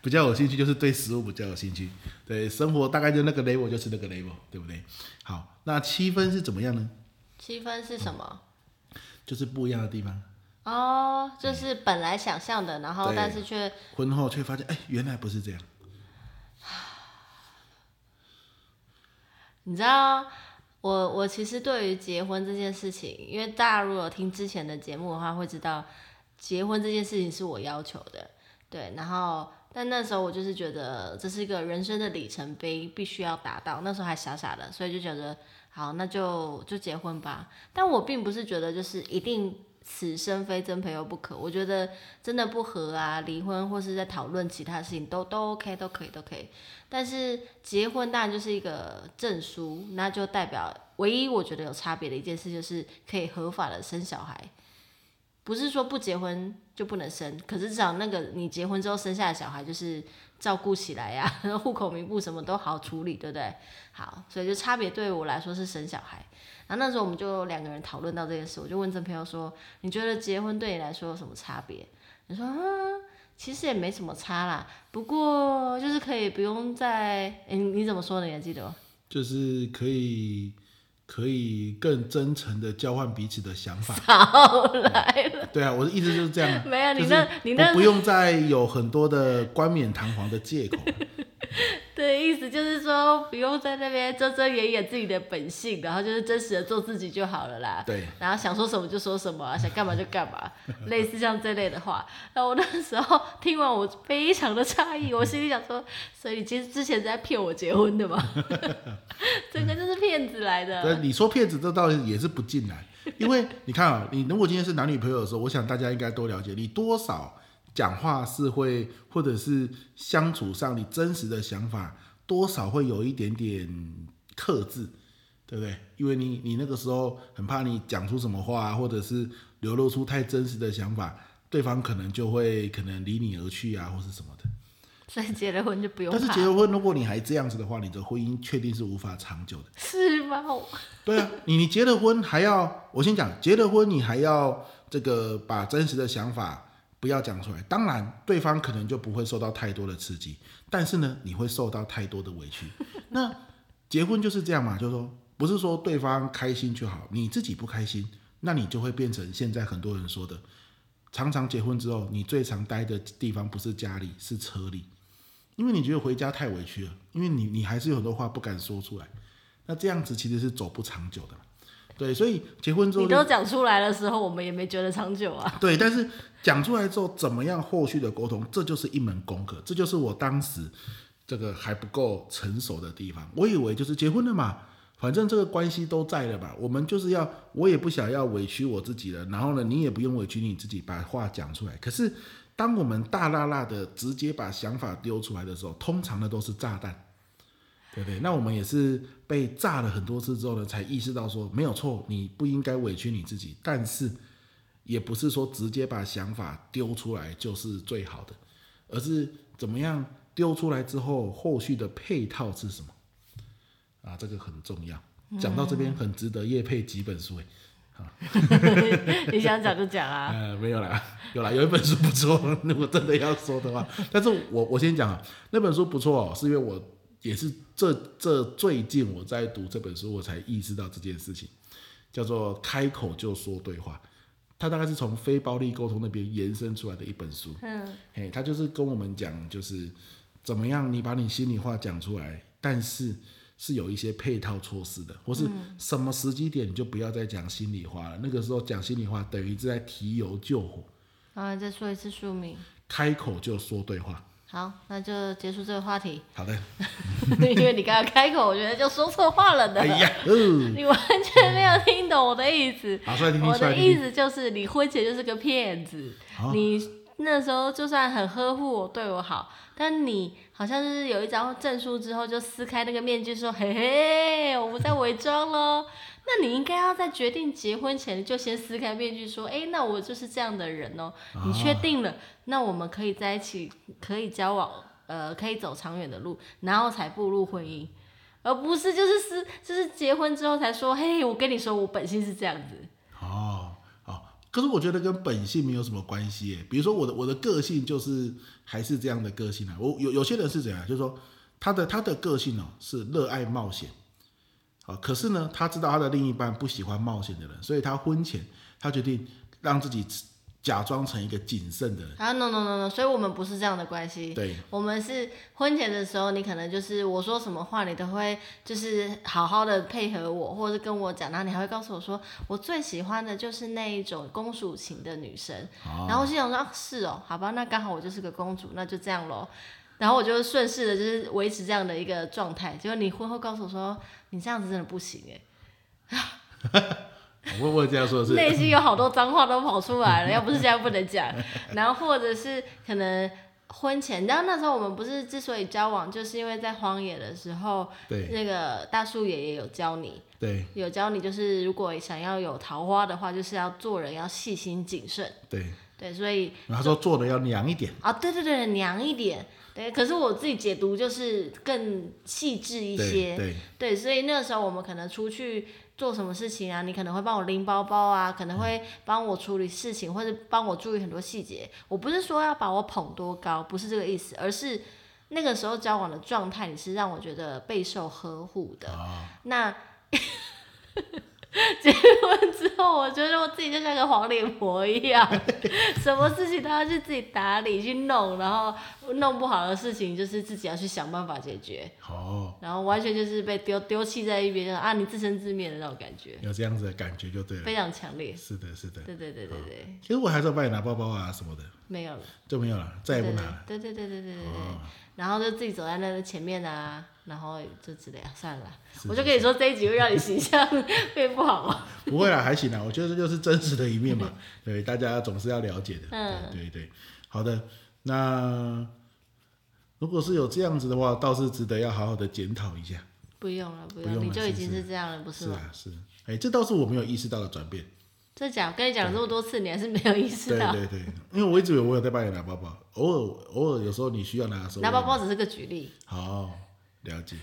[SPEAKER 1] 比较有兴趣，就是对食物比较有兴趣。对生活大概就那个 level 就是那个 level，对不对？好，那七分是怎么样呢？
[SPEAKER 2] 七分是什么？
[SPEAKER 1] 就是不一样的地方。
[SPEAKER 2] 哦，就是本来想象的，然后
[SPEAKER 1] 对
[SPEAKER 2] 但是却
[SPEAKER 1] 婚后却发现，哎，原来不是这样。
[SPEAKER 2] 你知道，我我其实对于结婚这件事情，因为大家如果有听之前的节目的话，会知道结婚这件事情是我要求的，对。然后，但那时候我就是觉得这是一个人生的里程碑，必须要达到。那时候还傻傻的，所以就觉得好，那就就结婚吧。但我并不是觉得就是一定。此生非真朋友不可，我觉得真的不合啊，离婚或是在讨论其他事情都都 OK，都可以，都可以。但是结婚当然就是一个证书，那就代表唯一我觉得有差别的一件事就是可以合法的生小孩，不是说不结婚就不能生，可是至少那个你结婚之后生下的小孩就是照顾起来呀、啊， 户口名簿什么都好处理，对不对？好，所以就差别对我来说是生小孩。然后那时候我们就两个人讨论到这件事，我就问这朋友说：“你觉得结婚对你来说有什么差别？”你说：“嗯，其实也没什么差啦，不过就是可以不用再……诶你你怎么说的？你还记得吗？
[SPEAKER 1] 就是可以可以更真诚的交换彼此的想法。
[SPEAKER 2] 好来了，。
[SPEAKER 1] 对啊，我的意思就是这样
[SPEAKER 2] 没有你
[SPEAKER 1] 就是
[SPEAKER 2] 那你那
[SPEAKER 1] 不不用再有很多的冠冕堂皇的借口。
[SPEAKER 2] 对，意思就是说不用在那边遮遮掩掩自己的本性，然后就是真实的做自己就好了啦。
[SPEAKER 1] 对，
[SPEAKER 2] 然后想说什么就说什么啊，想干嘛就干嘛，类似像这类的话。然后我那时候 听完，我非常的诧异，我心里想说，所以你其实之前是在骗我结婚的吗？ 整个就是骗子来
[SPEAKER 1] 那
[SPEAKER 2] 的。
[SPEAKER 1] 你说骗子，这倒也是不进来，因为你看啊，你如果今天是男女朋友的时候，我想大家应该都了解，你多少讲话是会，或者是相处上你真实的想法，多少会有一点点克制，对不对？因为你你那个时候很怕你讲出什么话，啊或者是流露出太真实的想法，对方可能就会可能离你而去啊，或是什么的。
[SPEAKER 2] 所以结了婚就不用
[SPEAKER 1] 但是
[SPEAKER 2] 怕，
[SPEAKER 1] 结了婚，如果你还这样子的话，你的婚姻确定是无法长久的。
[SPEAKER 2] 是吗？我
[SPEAKER 1] 对啊，你你结了婚还要，我先讲，结了婚你还要这个把真实的想法不要讲出来。当然，对方可能就不会受到太多的刺激，但是呢，你会受到太多的委屈。 那结婚就是这样嘛，就是说不是说对方开心就好，你自己不开心，那你就会变成现在很多人说的，常常结婚之后，你最常待的地方不是家里，是车里。因为你觉得回家太委屈了，因为你你还是有很多话不敢说出来，那这样子其实是走不长久的嘛。对，所以结婚之后
[SPEAKER 2] 你
[SPEAKER 1] 就
[SPEAKER 2] 都讲出来的时候，我们也没觉得长久啊。
[SPEAKER 1] 对，但是讲出来之后，怎么样后续的沟通，这就是一门功课，这就是我当时这个还不够成熟的地方。我以为就是结婚了嘛，反正这个关系都在了嘛，我们就是要，我也不想要委屈我自己了，然后呢，你也不用委屈你自己，把话讲出来。可是当我们大辣辣的直接把想法丢出来的时候，通常呢都是炸弹。对不对？那我们也是被炸了很多次之后呢，才意识到说没有错，你不应该委屈你自己，但是也不是说直接把想法丢出来就是最好的，而是怎么样丢出来之后，后续的配套是什么啊？这个很重要。讲到这边很值得业配几本书欸诶，
[SPEAKER 2] 你想讲就讲啊。
[SPEAKER 1] 呃，没有啦， 有啦，有一本书不错，如果真的要说的话， 但是我我先讲啊，那本书不错、哦，是因为我也是这这最近我在读这本书，我才意识到这件事情，叫做开口就说对话，它大概是从非暴力沟通那边延伸出来的一本书，
[SPEAKER 2] 嗯，
[SPEAKER 1] 嘿，哎他就是跟我们讲，就是怎么样，你把你心里话讲出来，但是是有一些配套措施的，或是
[SPEAKER 2] 嗯
[SPEAKER 1] 什么时机点你就不要再讲心里话了。那个时候讲心里话，等于是在提油救火，
[SPEAKER 2] 然后再说一次书名。
[SPEAKER 1] 开口就说对话。
[SPEAKER 2] 好，那就结束这个话 题，
[SPEAKER 1] 好的，
[SPEAKER 2] 因为你刚刚开口，我觉得就说错话了呢。
[SPEAKER 1] 哎呀，哦，
[SPEAKER 2] 你完全没有听懂我的意思。
[SPEAKER 1] 好，出来听听，
[SPEAKER 2] 我
[SPEAKER 1] 出来
[SPEAKER 2] 的
[SPEAKER 1] 听哦
[SPEAKER 2] 意
[SPEAKER 1] 听。
[SPEAKER 2] 思就是，你婚前就是个骗子。
[SPEAKER 1] 好
[SPEAKER 2] 你那时候就算很呵护我，对我好，但你好像是有一张证书之后就撕开那个面具，说：“嘿嘿，我不再伪装喽。” 那你应该要在决定结婚前就先撕开面具，说：“哎、那我就是这样的人哦、你确定了，那我们可以在一起，可以交往，呃，可以走长远的路，然后才步入婚姻。而不是就是撕，就是结婚之后才说，嘿，我跟你说，我本性是这样子。
[SPEAKER 1] 哦，哦，可是我觉得跟本性没有什么关系耶。比如说我的我的个性就是还是这样的个性啊。我有有些人是怎样，就是说他的他的个性哦是热爱冒险，好、可是呢他知道他的另一半不喜欢冒险的人，所以他婚前他决定让自己假装成一个谨慎的人。
[SPEAKER 2] 啊，no no no no，所以我们不是这样的关系。
[SPEAKER 1] 对，
[SPEAKER 2] 我们是婚前的时候，你可能就是我说什么话，你都会就是好好的配合我，或者是跟我讲，然后你还会告诉我说，我最喜欢的就是那一种公主型的女生。
[SPEAKER 1] 哦
[SPEAKER 2] 然后我心想说、啊，是哦，好吧，那刚好我就是个公主，那就这样咯。然后我就顺势的，就是维持这样的一个状态。结果你婚后告诉我说，你这样子真的不行哎，
[SPEAKER 1] 我我这样说的是，
[SPEAKER 2] 内心有好多脏话都跑 出来了，要不是现在不能讲。然后或者是可能婚前，然后那时候我们不是之所以交往，就是因为在荒野的时候，
[SPEAKER 1] 对
[SPEAKER 2] 那个大树爷爷有教你，
[SPEAKER 1] 对
[SPEAKER 2] 有教你就是如果想要有桃花的话，就是要做人要细心谨慎。
[SPEAKER 1] 对，
[SPEAKER 2] 对，所以
[SPEAKER 1] 然后他说做的要娘一点，
[SPEAKER 2] 啊，对对对，娘一点。对，可是我自己解读就是更细致一
[SPEAKER 1] 对。
[SPEAKER 2] 些
[SPEAKER 1] 对
[SPEAKER 2] 对，所以那时候我们可能出去做什么事情啊，你可能会帮我拎包包啊，可能会帮我处理事情，或者帮我注意很多细节。我不是说要把我捧多高，不是这个意思，而是那个时候交往的状态，你是让我觉得备受呵护的。
[SPEAKER 1] 哦
[SPEAKER 2] 那 结婚之后，我觉得我自己就像个黄脸婆一样，什么事情都要去自己打理去弄，然后弄不好的事情就是自己要去想办法解决。
[SPEAKER 1] 哦，
[SPEAKER 2] 然后完全就是被丢丢弃在一边，就是啊，你自生自灭的那种感觉，
[SPEAKER 1] 有这样子的感觉就对嗯了。
[SPEAKER 2] 非常强烈。
[SPEAKER 1] 是的，是的。
[SPEAKER 2] 对对对对对，
[SPEAKER 1] 其实我还是要帮你拿包包啊什么的，
[SPEAKER 2] 没有了，
[SPEAKER 1] 就没有了，再也不拿了。哦
[SPEAKER 2] 对对对对对对对对。然后就自己走在那个前面啊，然后就之类啊，算了啦，我就跟你说这一集会让你形象 变不好嘛。
[SPEAKER 1] 不会啦，还行啦，我觉得这就是真实的一面 嘛，对，大家总是要了解的，
[SPEAKER 2] 嗯
[SPEAKER 1] 对对对，好的，那如果是有这样子的话，倒是值得要好好的检讨一下，
[SPEAKER 2] 不用了，
[SPEAKER 1] 不
[SPEAKER 2] 不用，
[SPEAKER 1] 用了
[SPEAKER 2] 你就已
[SPEAKER 1] 是
[SPEAKER 2] 经是这样了，不是
[SPEAKER 1] 是
[SPEAKER 2] 吗？
[SPEAKER 1] 啊，是，哎，这倒是我没有意识到的转变，
[SPEAKER 2] 这讲，我跟你讲了这么多次，你还是没有意识
[SPEAKER 1] 对
[SPEAKER 2] 到。
[SPEAKER 1] 对对，因为我一直以为我有在帮你拿包包，偶尔偶尔有时候你需要拿的时候，
[SPEAKER 2] 拿包，包只是个 举例，
[SPEAKER 1] 好，了解，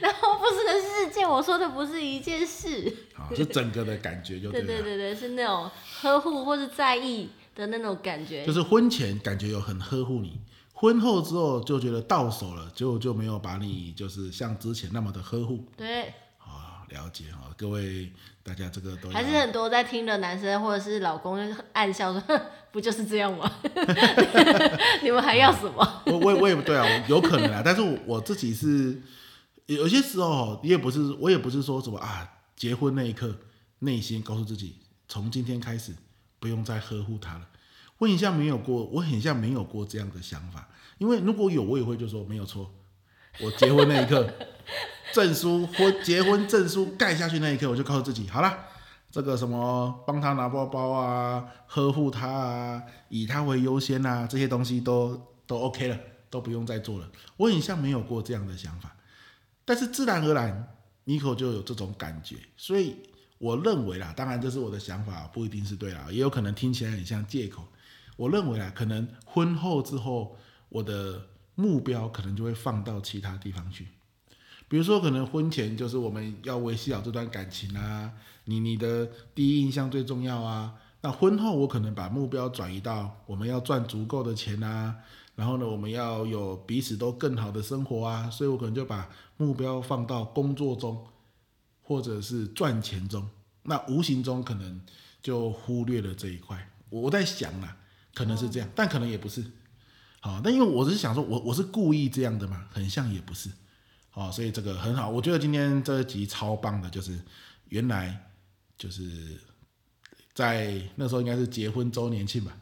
[SPEAKER 2] 然后不是个事件，我说的不是一件事。
[SPEAKER 1] 好，就整个的感觉就
[SPEAKER 2] 对
[SPEAKER 1] 了
[SPEAKER 2] 对，对对，是那种呵护或是在意的那种感觉
[SPEAKER 1] 就。是婚前感觉有很呵护你，婚后之后就觉得到手了，结果就没有把你就是像之前那么的呵护。
[SPEAKER 2] 对，
[SPEAKER 1] 好，了解哈，各位大家这个都要
[SPEAKER 2] 还是很多在听的男生或者是老公就是暗笑说， 哼不就是这样吗？ 你们还要什么？
[SPEAKER 1] 我我也我也对啊，我有可能啊，但是我我自己是有有些时候哦也不是我也不是说什么啊，结婚那一刻内心告诉自己，从今天开始不用再呵护他了。我很像没有过，我很像没有过这样的想法，因为如果有，我也会就说没有错。我结婚那一刻， 证书或结婚证书盖下去那一刻，我就告诉自己，好啦，这个什么帮他拿包包啊，呵护他啊，以他为优先啊，这些东西都都 OK 了，都不用再做了。我很像没有过这样的想法，但是自然而然，Nico 就有这种感觉，所以我认为啦，当然这是我的想法，不一定是对啦，也有可能听起来很像借口。我认为啦，可能婚后之后，我的目标可能就会放到其他地方去。比如说，可能婚前就是我们要维系好这段感情啊，你你的第一印象最重要啊。那婚后我可能把目标转移到我们要赚足够的钱啊，然后呢，我们要有彼此都更好的生活啊，所以我可能就把目标放到工作中，或者是赚钱中。那无形中可能就忽略了这一块。我我在想啦，可能是这样，但可能也不是。好，但因为我是想说，我我是故意这样的嘛，很像也不是。好，哦所以这个很好，我觉得今天这一集超棒的，就是原来就是在那时候应该是结婚周年庆吧。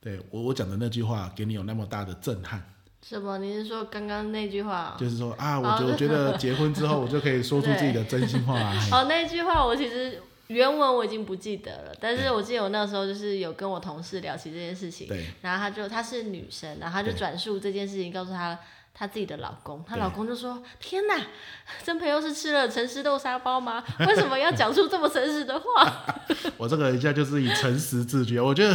[SPEAKER 1] 对我我讲的那句话给你有那么大的震撼，
[SPEAKER 2] 什么？你是说刚刚那句话哦？
[SPEAKER 1] 就是说啊，
[SPEAKER 2] 哦
[SPEAKER 1] 我觉我觉得结婚之后我就可以说出自己的真心话 啊。嘿
[SPEAKER 2] 哦，那句话我其实原文我已经不记得了，但是我记得我那时候就是有跟我同事聊起这件事情，
[SPEAKER 1] 哎对
[SPEAKER 2] 然后她就她是女生，然后她就
[SPEAKER 1] 对
[SPEAKER 2] 转述这件事情，告诉她她自己的老公，她
[SPEAKER 1] 对
[SPEAKER 2] 老公就说：“天哪，真朋友是吃了诚实豆沙包吗？为什么要讲出这么诚实的话？
[SPEAKER 1] 我这个人一下就是以诚实自居，我觉得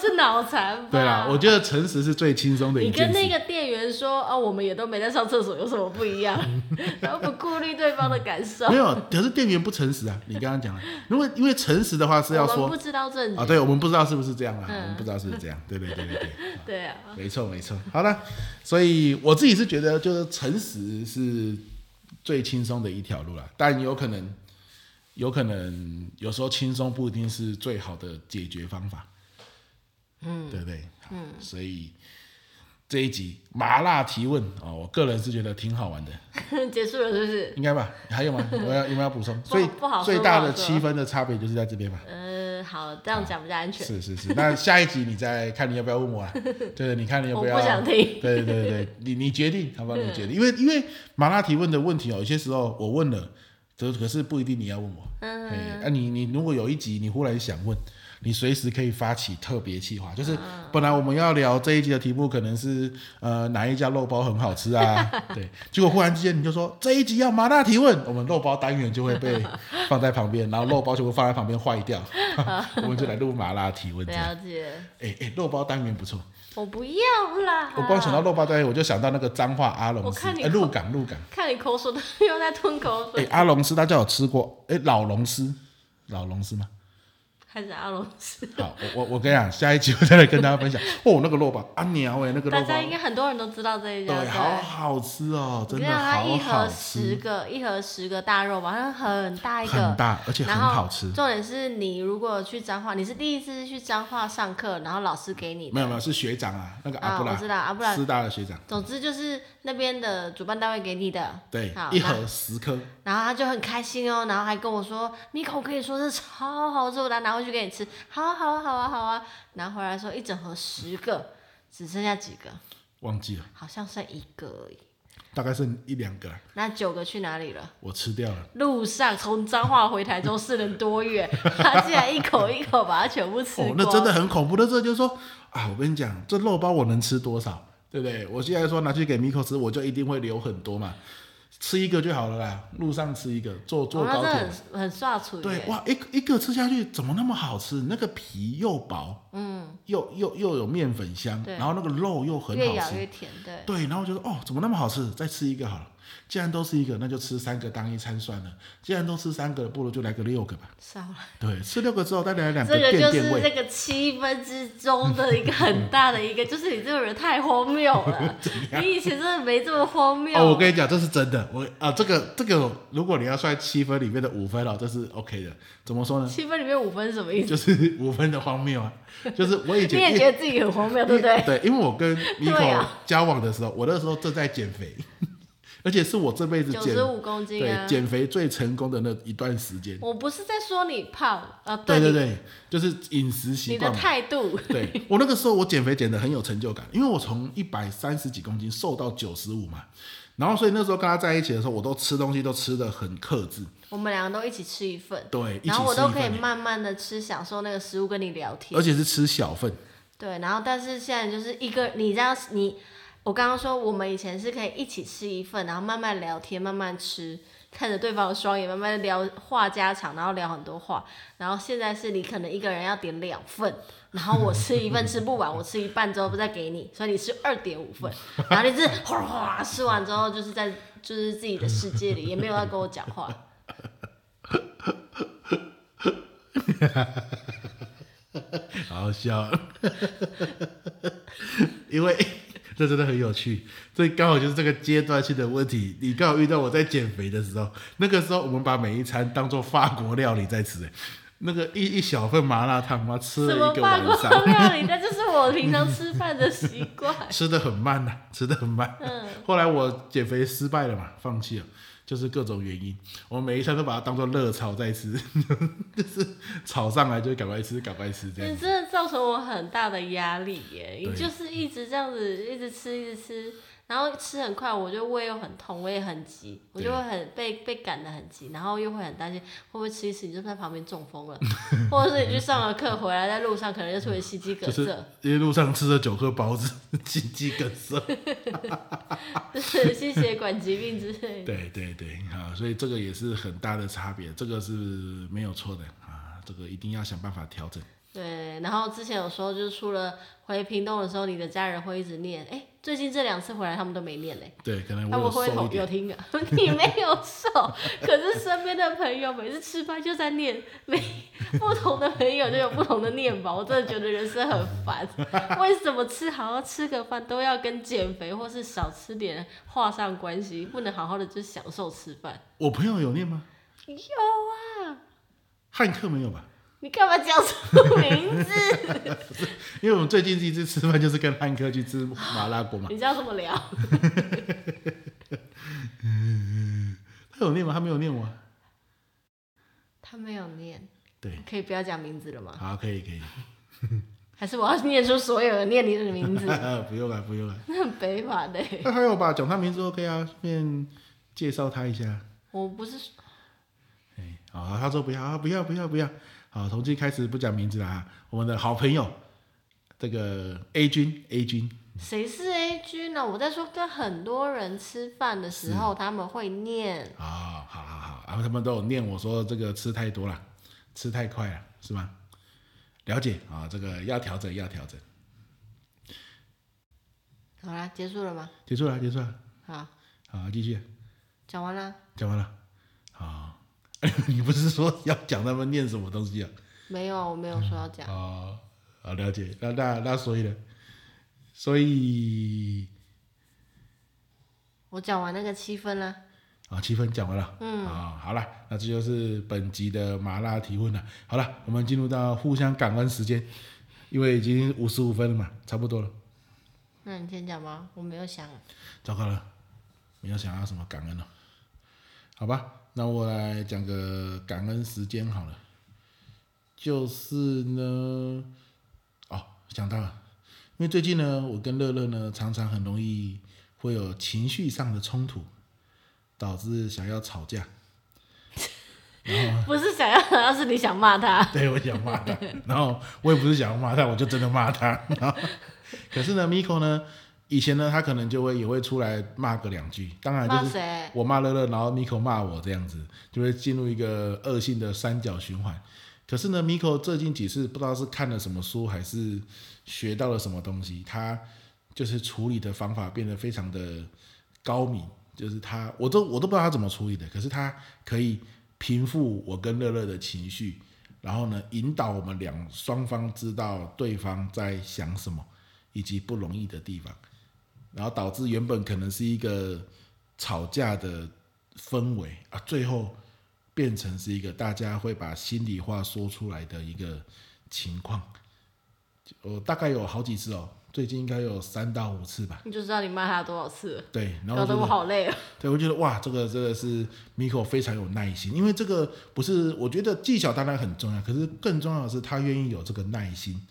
[SPEAKER 2] 是脑残吧？”
[SPEAKER 1] 对啦，我觉得诚实是最轻松的一
[SPEAKER 2] 你
[SPEAKER 1] 件事。
[SPEAKER 2] 跟那个店员说：“哦，我们也都没在上厕所，有什么不一样？” 然后不顾虑对方的感受
[SPEAKER 1] 没，有，可是店员不诚实啊！你刚刚讲了，如果因为诚实的话是要
[SPEAKER 2] 我
[SPEAKER 1] 说
[SPEAKER 2] 们不知嗯道正
[SPEAKER 1] 啊，
[SPEAKER 2] 经。
[SPEAKER 1] 对我们不知道是不是这样啊，我们不知道是不是这样，对对对对对。
[SPEAKER 2] 对啊，
[SPEAKER 1] 没错，没错。好了，所以我自己是觉得，就是诚实是最轻松的一条路了，但有可能，有可能有时候轻松不一定是最好的解决方法。嗯，对不对？嗯，所以这一集麻辣提问啊、我个人是觉得挺好玩的，
[SPEAKER 2] 结束了是不是？
[SPEAKER 1] 应该吧？还有吗？我要有没有要补充？所以
[SPEAKER 2] 不好说
[SPEAKER 1] 最大的
[SPEAKER 2] 不好说
[SPEAKER 1] 七分的差别就是在这边吧。
[SPEAKER 2] 呃，好，这样讲比较安全。
[SPEAKER 1] 是是是，那下一集你再看你要不要问我 啊？对，你看你要
[SPEAKER 2] 我
[SPEAKER 1] 要？
[SPEAKER 2] 不想听。
[SPEAKER 1] 对对对对，你你决定，好吧？你决定，因为因为麻辣提问的问题哦，有些时候我问了，可可是不一定你要问我。
[SPEAKER 2] 嗯
[SPEAKER 1] 哎，啊你你如果有一集你忽然想问，你随时可以发起特别企划，就是
[SPEAKER 2] 嗯
[SPEAKER 1] 本来我们要聊这一集的题目可能是呃哪一家肉包很好吃 啊，对，结果忽然之间你就说这一集要麻辣提问，我们肉包单元就会被放在旁边，然后肉包全部放在旁边坏掉， 我们就来录麻辣提问这样。
[SPEAKER 2] 了解，
[SPEAKER 1] 哎哎，肉包单元不错，
[SPEAKER 2] 我不要啦。
[SPEAKER 1] 我光想到肉包单元我就想到那个脏话阿龙
[SPEAKER 2] 我
[SPEAKER 1] 斯，
[SPEAKER 2] 看你
[SPEAKER 1] 哎鹿港 鹿港，
[SPEAKER 2] 看你口水都 又在吞口
[SPEAKER 1] 哎
[SPEAKER 2] 水，
[SPEAKER 1] 阿龙斯大家有吃过？哎老龙斯，老龙斯吗？
[SPEAKER 2] 还是阿龙斯？
[SPEAKER 1] 好，我我我跟你讲，下一集我再来跟大家分享。哦，那个肉包啊，娘哎，那个肉
[SPEAKER 2] 大
[SPEAKER 1] 包
[SPEAKER 2] 家，应该很多人都知道这一家
[SPEAKER 1] 对，
[SPEAKER 2] 对
[SPEAKER 1] 好好吃哦，
[SPEAKER 2] 我
[SPEAKER 1] 真的
[SPEAKER 2] 跟你讲，它
[SPEAKER 1] 好
[SPEAKER 2] 一盒
[SPEAKER 1] 好
[SPEAKER 2] 十
[SPEAKER 1] 吃，
[SPEAKER 2] 个，一盒十个大肉吧，它很大一
[SPEAKER 1] 很
[SPEAKER 2] 个，
[SPEAKER 1] 大，而且很
[SPEAKER 2] 然后
[SPEAKER 1] 好吃。
[SPEAKER 2] 重点是你如果去彰化，你是第一次去彰化上课，然后老师给你的。
[SPEAKER 1] 没有没有，是学长啊，那个阿布拉，
[SPEAKER 2] 啊我知道阿布拉
[SPEAKER 1] 师大的学长，
[SPEAKER 2] 总之就是那边的主办单位给你的。
[SPEAKER 1] 对
[SPEAKER 2] 好，
[SPEAKER 1] 一盒十颗，
[SPEAKER 2] 然后他就很开心哦，然后还跟我说：“Miko，我跟你说这超好吃，我来拿回去给你吃。”好啊，好啊，好啊，好啊。然后回来说一整盒十个，只剩下几个，
[SPEAKER 1] 忘记了，
[SPEAKER 2] 好像剩一个而已。
[SPEAKER 1] 大概剩一两个啦，
[SPEAKER 2] 那九个去哪里了？
[SPEAKER 1] 我吃掉了。
[SPEAKER 2] 路上从彰化回台中是能多远？他竟然一口一口把它全部吃光。
[SPEAKER 1] 哦，那真的很恐怖。那这就是说啊，我跟你讲，这肉包我能吃多少，对不对？我现在说拿去给 Miko 吃，我就一定会留很多嘛，吃一个就好了啦，路上吃一个，坐坐
[SPEAKER 2] 哦，那
[SPEAKER 1] 高
[SPEAKER 2] 真的
[SPEAKER 1] 铁。
[SPEAKER 2] 很很刷嘴耶。
[SPEAKER 1] 对，哇，一个一个吃下去怎么那么好吃？那个皮又薄，嗯，又又又有面粉香，
[SPEAKER 2] 对
[SPEAKER 1] 然后那个肉又很
[SPEAKER 2] 越
[SPEAKER 1] 好
[SPEAKER 2] 咬
[SPEAKER 1] 吃，
[SPEAKER 2] 越甜，对。
[SPEAKER 1] 对，然后我就说哦，怎么那么好吃？再吃一个好了。既然都是一个，那就吃三个当一餐算了。既然都吃三个，不如就来个六个吧。
[SPEAKER 2] 少了，
[SPEAKER 1] 对，吃六个之后再来两
[SPEAKER 2] 这个
[SPEAKER 1] 垫
[SPEAKER 2] 就
[SPEAKER 1] 垫
[SPEAKER 2] 是这
[SPEAKER 1] 胃。
[SPEAKER 2] 个七分之中的一 个很大的一个，就是你这个人太荒谬了。你以前真的没这么荒谬。
[SPEAKER 1] 哦，我跟你讲，这是真的。我啊，这个这个，如果你要算七分里面的五分哦，这是 OK 的。怎么说呢？
[SPEAKER 2] 七分里面五分是什么意思？
[SPEAKER 1] 就是五分的荒谬啊，就是我以
[SPEAKER 2] 你
[SPEAKER 1] 前
[SPEAKER 2] 也
[SPEAKER 1] 一
[SPEAKER 2] 觉得自己很荒谬，对不对？
[SPEAKER 1] 对，因为我跟
[SPEAKER 2] 对
[SPEAKER 1] Miko
[SPEAKER 2] 啊
[SPEAKER 1] 交往的时候，我那时候正在减肥，而且是我这辈子
[SPEAKER 2] 九
[SPEAKER 1] 减
[SPEAKER 2] 十五公斤
[SPEAKER 1] 对
[SPEAKER 2] 啊！
[SPEAKER 1] 减肥最成功的那一段时间。
[SPEAKER 2] 我不是在说你胖啊，
[SPEAKER 1] 对对
[SPEAKER 2] 你
[SPEAKER 1] 对，就是饮食习
[SPEAKER 2] 你的
[SPEAKER 1] 惯嘛。
[SPEAKER 2] 态度，
[SPEAKER 1] 对我那个时候，我减肥减的很有成就感，因为我从一百三十几公斤瘦到九十五嘛，然后所以那时候跟他在一起的时候，我都吃东西都吃的很克制，
[SPEAKER 2] 我们两个都一起吃一份，
[SPEAKER 1] 对，一起
[SPEAKER 2] 然后我
[SPEAKER 1] 吃
[SPEAKER 2] 都
[SPEAKER 1] 一
[SPEAKER 2] 可以
[SPEAKER 1] 份
[SPEAKER 2] 慢慢的吃，享受那个食物，跟你聊天
[SPEAKER 1] 而。且是吃小份，
[SPEAKER 2] 对，然后但是现在就是一个你这样，你我刚刚说我们以前是可以一起吃一份，然后慢慢聊天，慢慢吃，看着对方的双眼，慢慢聊话家常，然后聊很多话。然后现在是你可能一个人要点两份，然后我吃一份吃不完，我吃一半之后不再给你，所以你吃二点五份，然后你是 哗啦哗啦吃完之后就是在就是自己的世界里，也没有要跟我 讲话。
[SPEAKER 1] 好笑， 因为这真的很有趣。所以刚好就是这个阶段性的问题，你刚好遇到我在减肥的时候，那个时候我们把每一餐当做法国料理在吃、欸那个一一小份麻辣烫嘛，吃
[SPEAKER 2] 什
[SPEAKER 1] 了
[SPEAKER 2] 么
[SPEAKER 1] 一个
[SPEAKER 2] 法
[SPEAKER 1] 晚
[SPEAKER 2] 国
[SPEAKER 1] 上，
[SPEAKER 2] 料理？那就是我平常吃饭的习惯。
[SPEAKER 1] 吃的很慢呐、吃的很慢。
[SPEAKER 2] 嗯
[SPEAKER 1] 后来我减肥失败了嘛，放弃了。就是各种原因，我每一餐都把它当做热炒在吃， 就是炒上来就赶快吃，赶快吃这样
[SPEAKER 2] 你。真的造成我很大的压力耶！你
[SPEAKER 1] 对
[SPEAKER 2] 就是一直这样子，一直吃，一直吃，然后吃很快，我就胃又很痛，我也很急，我就
[SPEAKER 1] 对
[SPEAKER 2] 会很被被赶得很急，然后又会很担心会不会吃一吃你就在旁边中风了，或者是你去上了课回来，在路上可能就突然心肌
[SPEAKER 1] 嗯
[SPEAKER 2] 梗
[SPEAKER 1] 就是
[SPEAKER 2] 塞，
[SPEAKER 1] 一路上吃了九颗包子， 心肌梗塞。
[SPEAKER 2] 就是心血管疾病之类的。
[SPEAKER 1] 对对对，啊，所以这个也是很大的差别，这个是没有错的啊，这个一定要想办法调整。
[SPEAKER 2] 对，然后之前有时候就是出了回屏东的时候，你的家人会一直念，哎，最近这两次回来他们都没念嘞。
[SPEAKER 1] 对，可能
[SPEAKER 2] 他
[SPEAKER 1] 我有
[SPEAKER 2] 们会
[SPEAKER 1] 瘦一
[SPEAKER 2] 有有
[SPEAKER 1] 点，
[SPEAKER 2] 听啊， 你没有瘦，可是身边的朋友每次吃饭就在念，每不同的朋友就有不同的念吧。我真的觉得人生很烦，为什么吃好好吃个饭都要跟减肥或是少吃点画上关系？不能好好的就享受吃饭？
[SPEAKER 1] 我朋友有念吗？
[SPEAKER 2] 有啊，
[SPEAKER 1] 汉克没有吧？
[SPEAKER 2] 你干嘛讲出名字？
[SPEAKER 1] 因为我们最近一次吃饭就是跟汉克去吃麻辣 锅嘛。
[SPEAKER 2] 你知道这么聊？
[SPEAKER 1] 他有念吗？他没有念我啊。
[SPEAKER 2] 他没有念，
[SPEAKER 1] 对，
[SPEAKER 2] 可以不要讲名字了吗？
[SPEAKER 1] 好，可以可以，
[SPEAKER 2] 还是我要念出所有人念你的名字？
[SPEAKER 1] 不用了不用了。
[SPEAKER 2] 那很北法的欸。
[SPEAKER 1] 那还有吧，讲他名字 OK 啊，顺便介绍他一下。
[SPEAKER 2] 我不是
[SPEAKER 1] 哎，好、他说不要，啊不要，不要，不要。好，从今开始不讲名字了啊。我们的好朋友，这个 A 君，A 君，
[SPEAKER 2] 谁是 A G 呢？我在说跟很多人吃饭的时候，他们会念
[SPEAKER 1] 啊、好好好，然后他们都有念我说这个吃太多了，吃太快了，是吗？了解啊、这个要调整，要调整。
[SPEAKER 2] 好啦，结束了吗？
[SPEAKER 1] 结束了，结束了，
[SPEAKER 2] 好，
[SPEAKER 1] 好，继续，
[SPEAKER 2] 讲完啦，
[SPEAKER 1] 讲完了。好，你不是说要讲他们念什么东西啊？
[SPEAKER 2] 没有，我没有说要讲。
[SPEAKER 1] 哦，好了解。那那那所以呢？所以
[SPEAKER 2] 我讲完那个七分啦，
[SPEAKER 1] 啊，七分讲完了。嗯，啊、好了，那这就是本集的麻辣提问了。好了，我们进入到互相感恩时间，因为已经五十五分了嘛，差不多了。
[SPEAKER 2] 那你先讲吧，我没有
[SPEAKER 1] 啊
[SPEAKER 2] 想。
[SPEAKER 1] 糟糕了，没有想要什么感恩了。好吧，那我来讲个感恩时间好了。就是呢，哦，想到了，因为最近呢，我跟乐乐呢常常很容易会有情绪上的冲突，导致想要吵架。
[SPEAKER 2] 不是想要，而是你想骂他。
[SPEAKER 1] 对，我想骂他，然后我也不是想要骂他，我就真的骂他。然后可是呢，Miko 呢，以前呢，他可能就会也会出来骂个两句，当然就
[SPEAKER 2] 骂
[SPEAKER 1] 是
[SPEAKER 2] 谁？
[SPEAKER 1] 我骂乐乐，然后 Miko 骂我，这样子就会进入一个恶性的三角循环。可是呢，Miko 最近几次不知道是看了什么书，还是学到了什么东西，他就是处理的方法变得非常的高明，就是他我都我都不知道他怎么处理的，可是他可以平复我跟乐乐的情绪，然后呢，引导我们两双方知道对方在想什么，以及不容易的地方，然后导致原本可能是一个吵架的氛围啊，最后变成是一个大家会把心里话说出来的一个情况。我大概有好几次哦，最近应该有三到五次吧。
[SPEAKER 2] 你就知道你骂他多少次了，
[SPEAKER 1] 对，然后
[SPEAKER 2] 搞
[SPEAKER 1] 就
[SPEAKER 2] 得我好累啊。
[SPEAKER 1] 对，我觉得哇，这个这个是 Miko 非常有耐心，因为这个不是，我觉得技巧当然很重要，可是更重要的是他愿意有这个耐心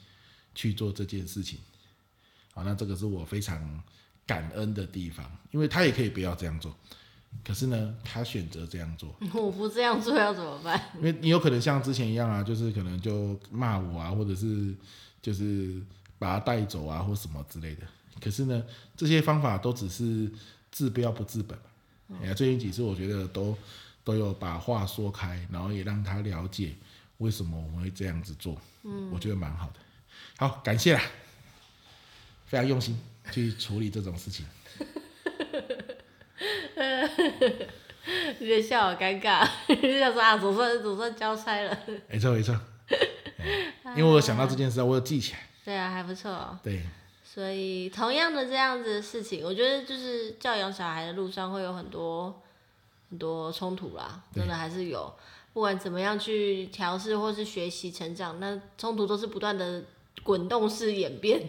[SPEAKER 1] 去做这件事情。好，那这个是我非常感恩的地方，因为他也可以不要这样做，可是呢，他选择这样做，
[SPEAKER 2] 我不这样做要怎么办？
[SPEAKER 1] 因为你有可能像之前一样啊，就是可能就骂我啊，或者是就是把他带走啊，或什么之类的。可是呢，这些方法都只是治标不治本嘛。
[SPEAKER 2] 嗯
[SPEAKER 1] 哎呀，最近几次我觉得都都有把话说开，然后也让他了解为什么我们会这样子做。嗯，我觉得蛮好的。好，感谢啦，非常用心去处理这种事 情。
[SPEAKER 2] 你的笑好尴尬，就想说啊，总算总算交差了。
[SPEAKER 1] 没错没错，
[SPEAKER 2] 啊
[SPEAKER 1] 哎因为我想到这件事，我有记起来。
[SPEAKER 2] 对啊，还不错哦、
[SPEAKER 1] 对，
[SPEAKER 2] 所以同样的这样子的事情，我觉得就是教养小孩的路上会有很多很多冲突啦，
[SPEAKER 1] 对
[SPEAKER 2] 真的还是有。不管怎么样去调试或是学习成长，那冲突都是不断的滚动式演变。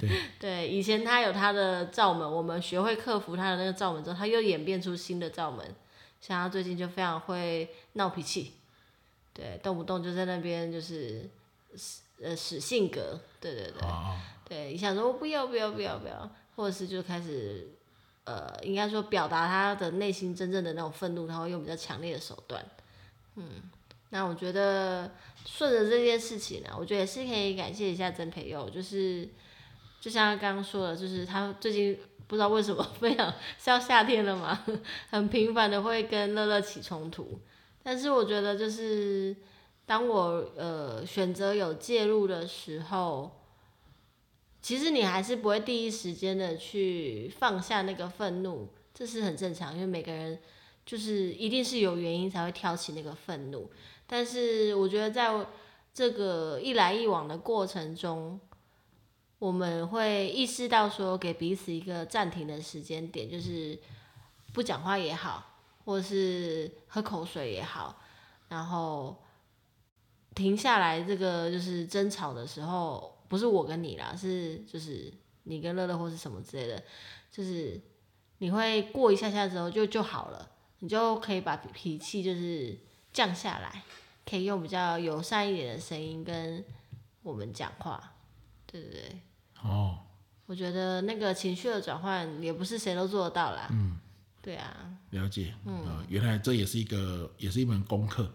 [SPEAKER 1] 对
[SPEAKER 2] 对，以前他有他的罩门，我们学会克服他的那个罩门之后，他又演变出新的罩门。像他最近就非常会闹脾气，对，动不动就在那边就是使呃使性格，对对对。
[SPEAKER 1] 哦，
[SPEAKER 2] 对，想说我不要不要不要不要，或者是就开始，呃，应该说表达他的内心真正的那种愤怒，他会用比较强烈的手段。嗯，那我觉得顺着这件事情呢、啊我觉得也是可以感谢一下曾培佑，就是就像他刚刚说的，就是他最近不知道为什么 非常是要夏天了嘛， 很频繁的会跟乐乐起冲突，但是我觉得就是。当我呃选择有介入的时候，其实你还是不会第一时间的去放下那个愤怒，这是很正常，因为每个人就是一定是有原因才会挑起那个愤怒。但是我觉得在这个一来一往的过程中，我们会意识到说给彼此一个暂停的时间点，就是不讲话也好，或是喝口水也好，然后停下来这个就是争吵的时候，不是我跟你啦，是就是你跟乐乐或是什么之类的，就是你会过一下下之后就就好了，你就可以把脾脾气就是降下来，可以用比较友善一点的声音跟我们讲话，对对对。
[SPEAKER 1] 哦，
[SPEAKER 2] 我觉得那个情绪的转换也不是谁都做得到啦。嗯，对啊，
[SPEAKER 1] 了解，嗯、呃，原来这也是一个，也是一门功课，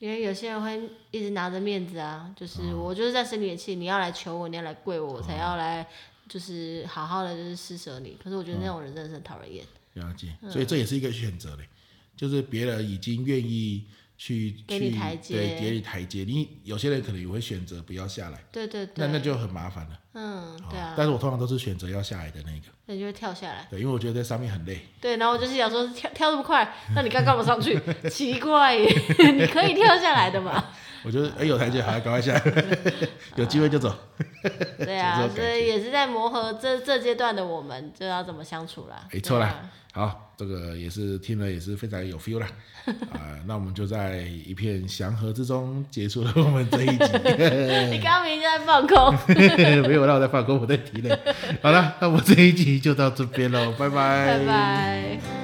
[SPEAKER 2] 因为有些人会一直拿着面子啊，
[SPEAKER 1] 嗯
[SPEAKER 2] 就是我就是在生你的气，你要来求我，你要来跪我，我才要来，就是好好的就是施舍你。可是我
[SPEAKER 1] 嗯
[SPEAKER 2] 觉得那种人真的是很讨人厌。
[SPEAKER 1] 了解，
[SPEAKER 2] 嗯
[SPEAKER 1] 所以这也是一个选择嘞，就是别人已经愿意去
[SPEAKER 2] 给你
[SPEAKER 1] 去
[SPEAKER 2] 台阶
[SPEAKER 1] 对，给你台阶，你有些人可能也会选择不要下来，
[SPEAKER 2] 对对
[SPEAKER 1] 那
[SPEAKER 2] 对，
[SPEAKER 1] 那就很麻烦了。
[SPEAKER 2] 嗯，
[SPEAKER 1] 哦
[SPEAKER 2] 对啊，
[SPEAKER 1] 但是我通常都是选择要下来的那个，
[SPEAKER 2] 那你就会跳下来。
[SPEAKER 1] 对，因为我觉得在上面很累。
[SPEAKER 2] 对，然后我就心想说，跳跳这么快，那你刚干嘛上去？ 奇怪耶， 你可以跳下来 的嘛？
[SPEAKER 1] 我觉得
[SPEAKER 2] 啊
[SPEAKER 1] 哎、有台阶，好，赶快下来， 有机会就走。
[SPEAKER 2] 对
[SPEAKER 1] 就
[SPEAKER 2] 啊，
[SPEAKER 1] 这种感
[SPEAKER 2] 所以也是在磨合这这阶段的我们，就要怎么相处啦？
[SPEAKER 1] 没哎错
[SPEAKER 2] 对
[SPEAKER 1] 啦
[SPEAKER 2] 啊，
[SPEAKER 1] 好，这个也是听了也是非常有 feel 啦。啊、那我们就在一片祥和之中结束了我们这一集。
[SPEAKER 2] 啊你刚刚明明就在放空。
[SPEAKER 1] 没有让我在放空，我在提嘞。好了，那我这一集就到这边喽，拜拜
[SPEAKER 2] 拜拜。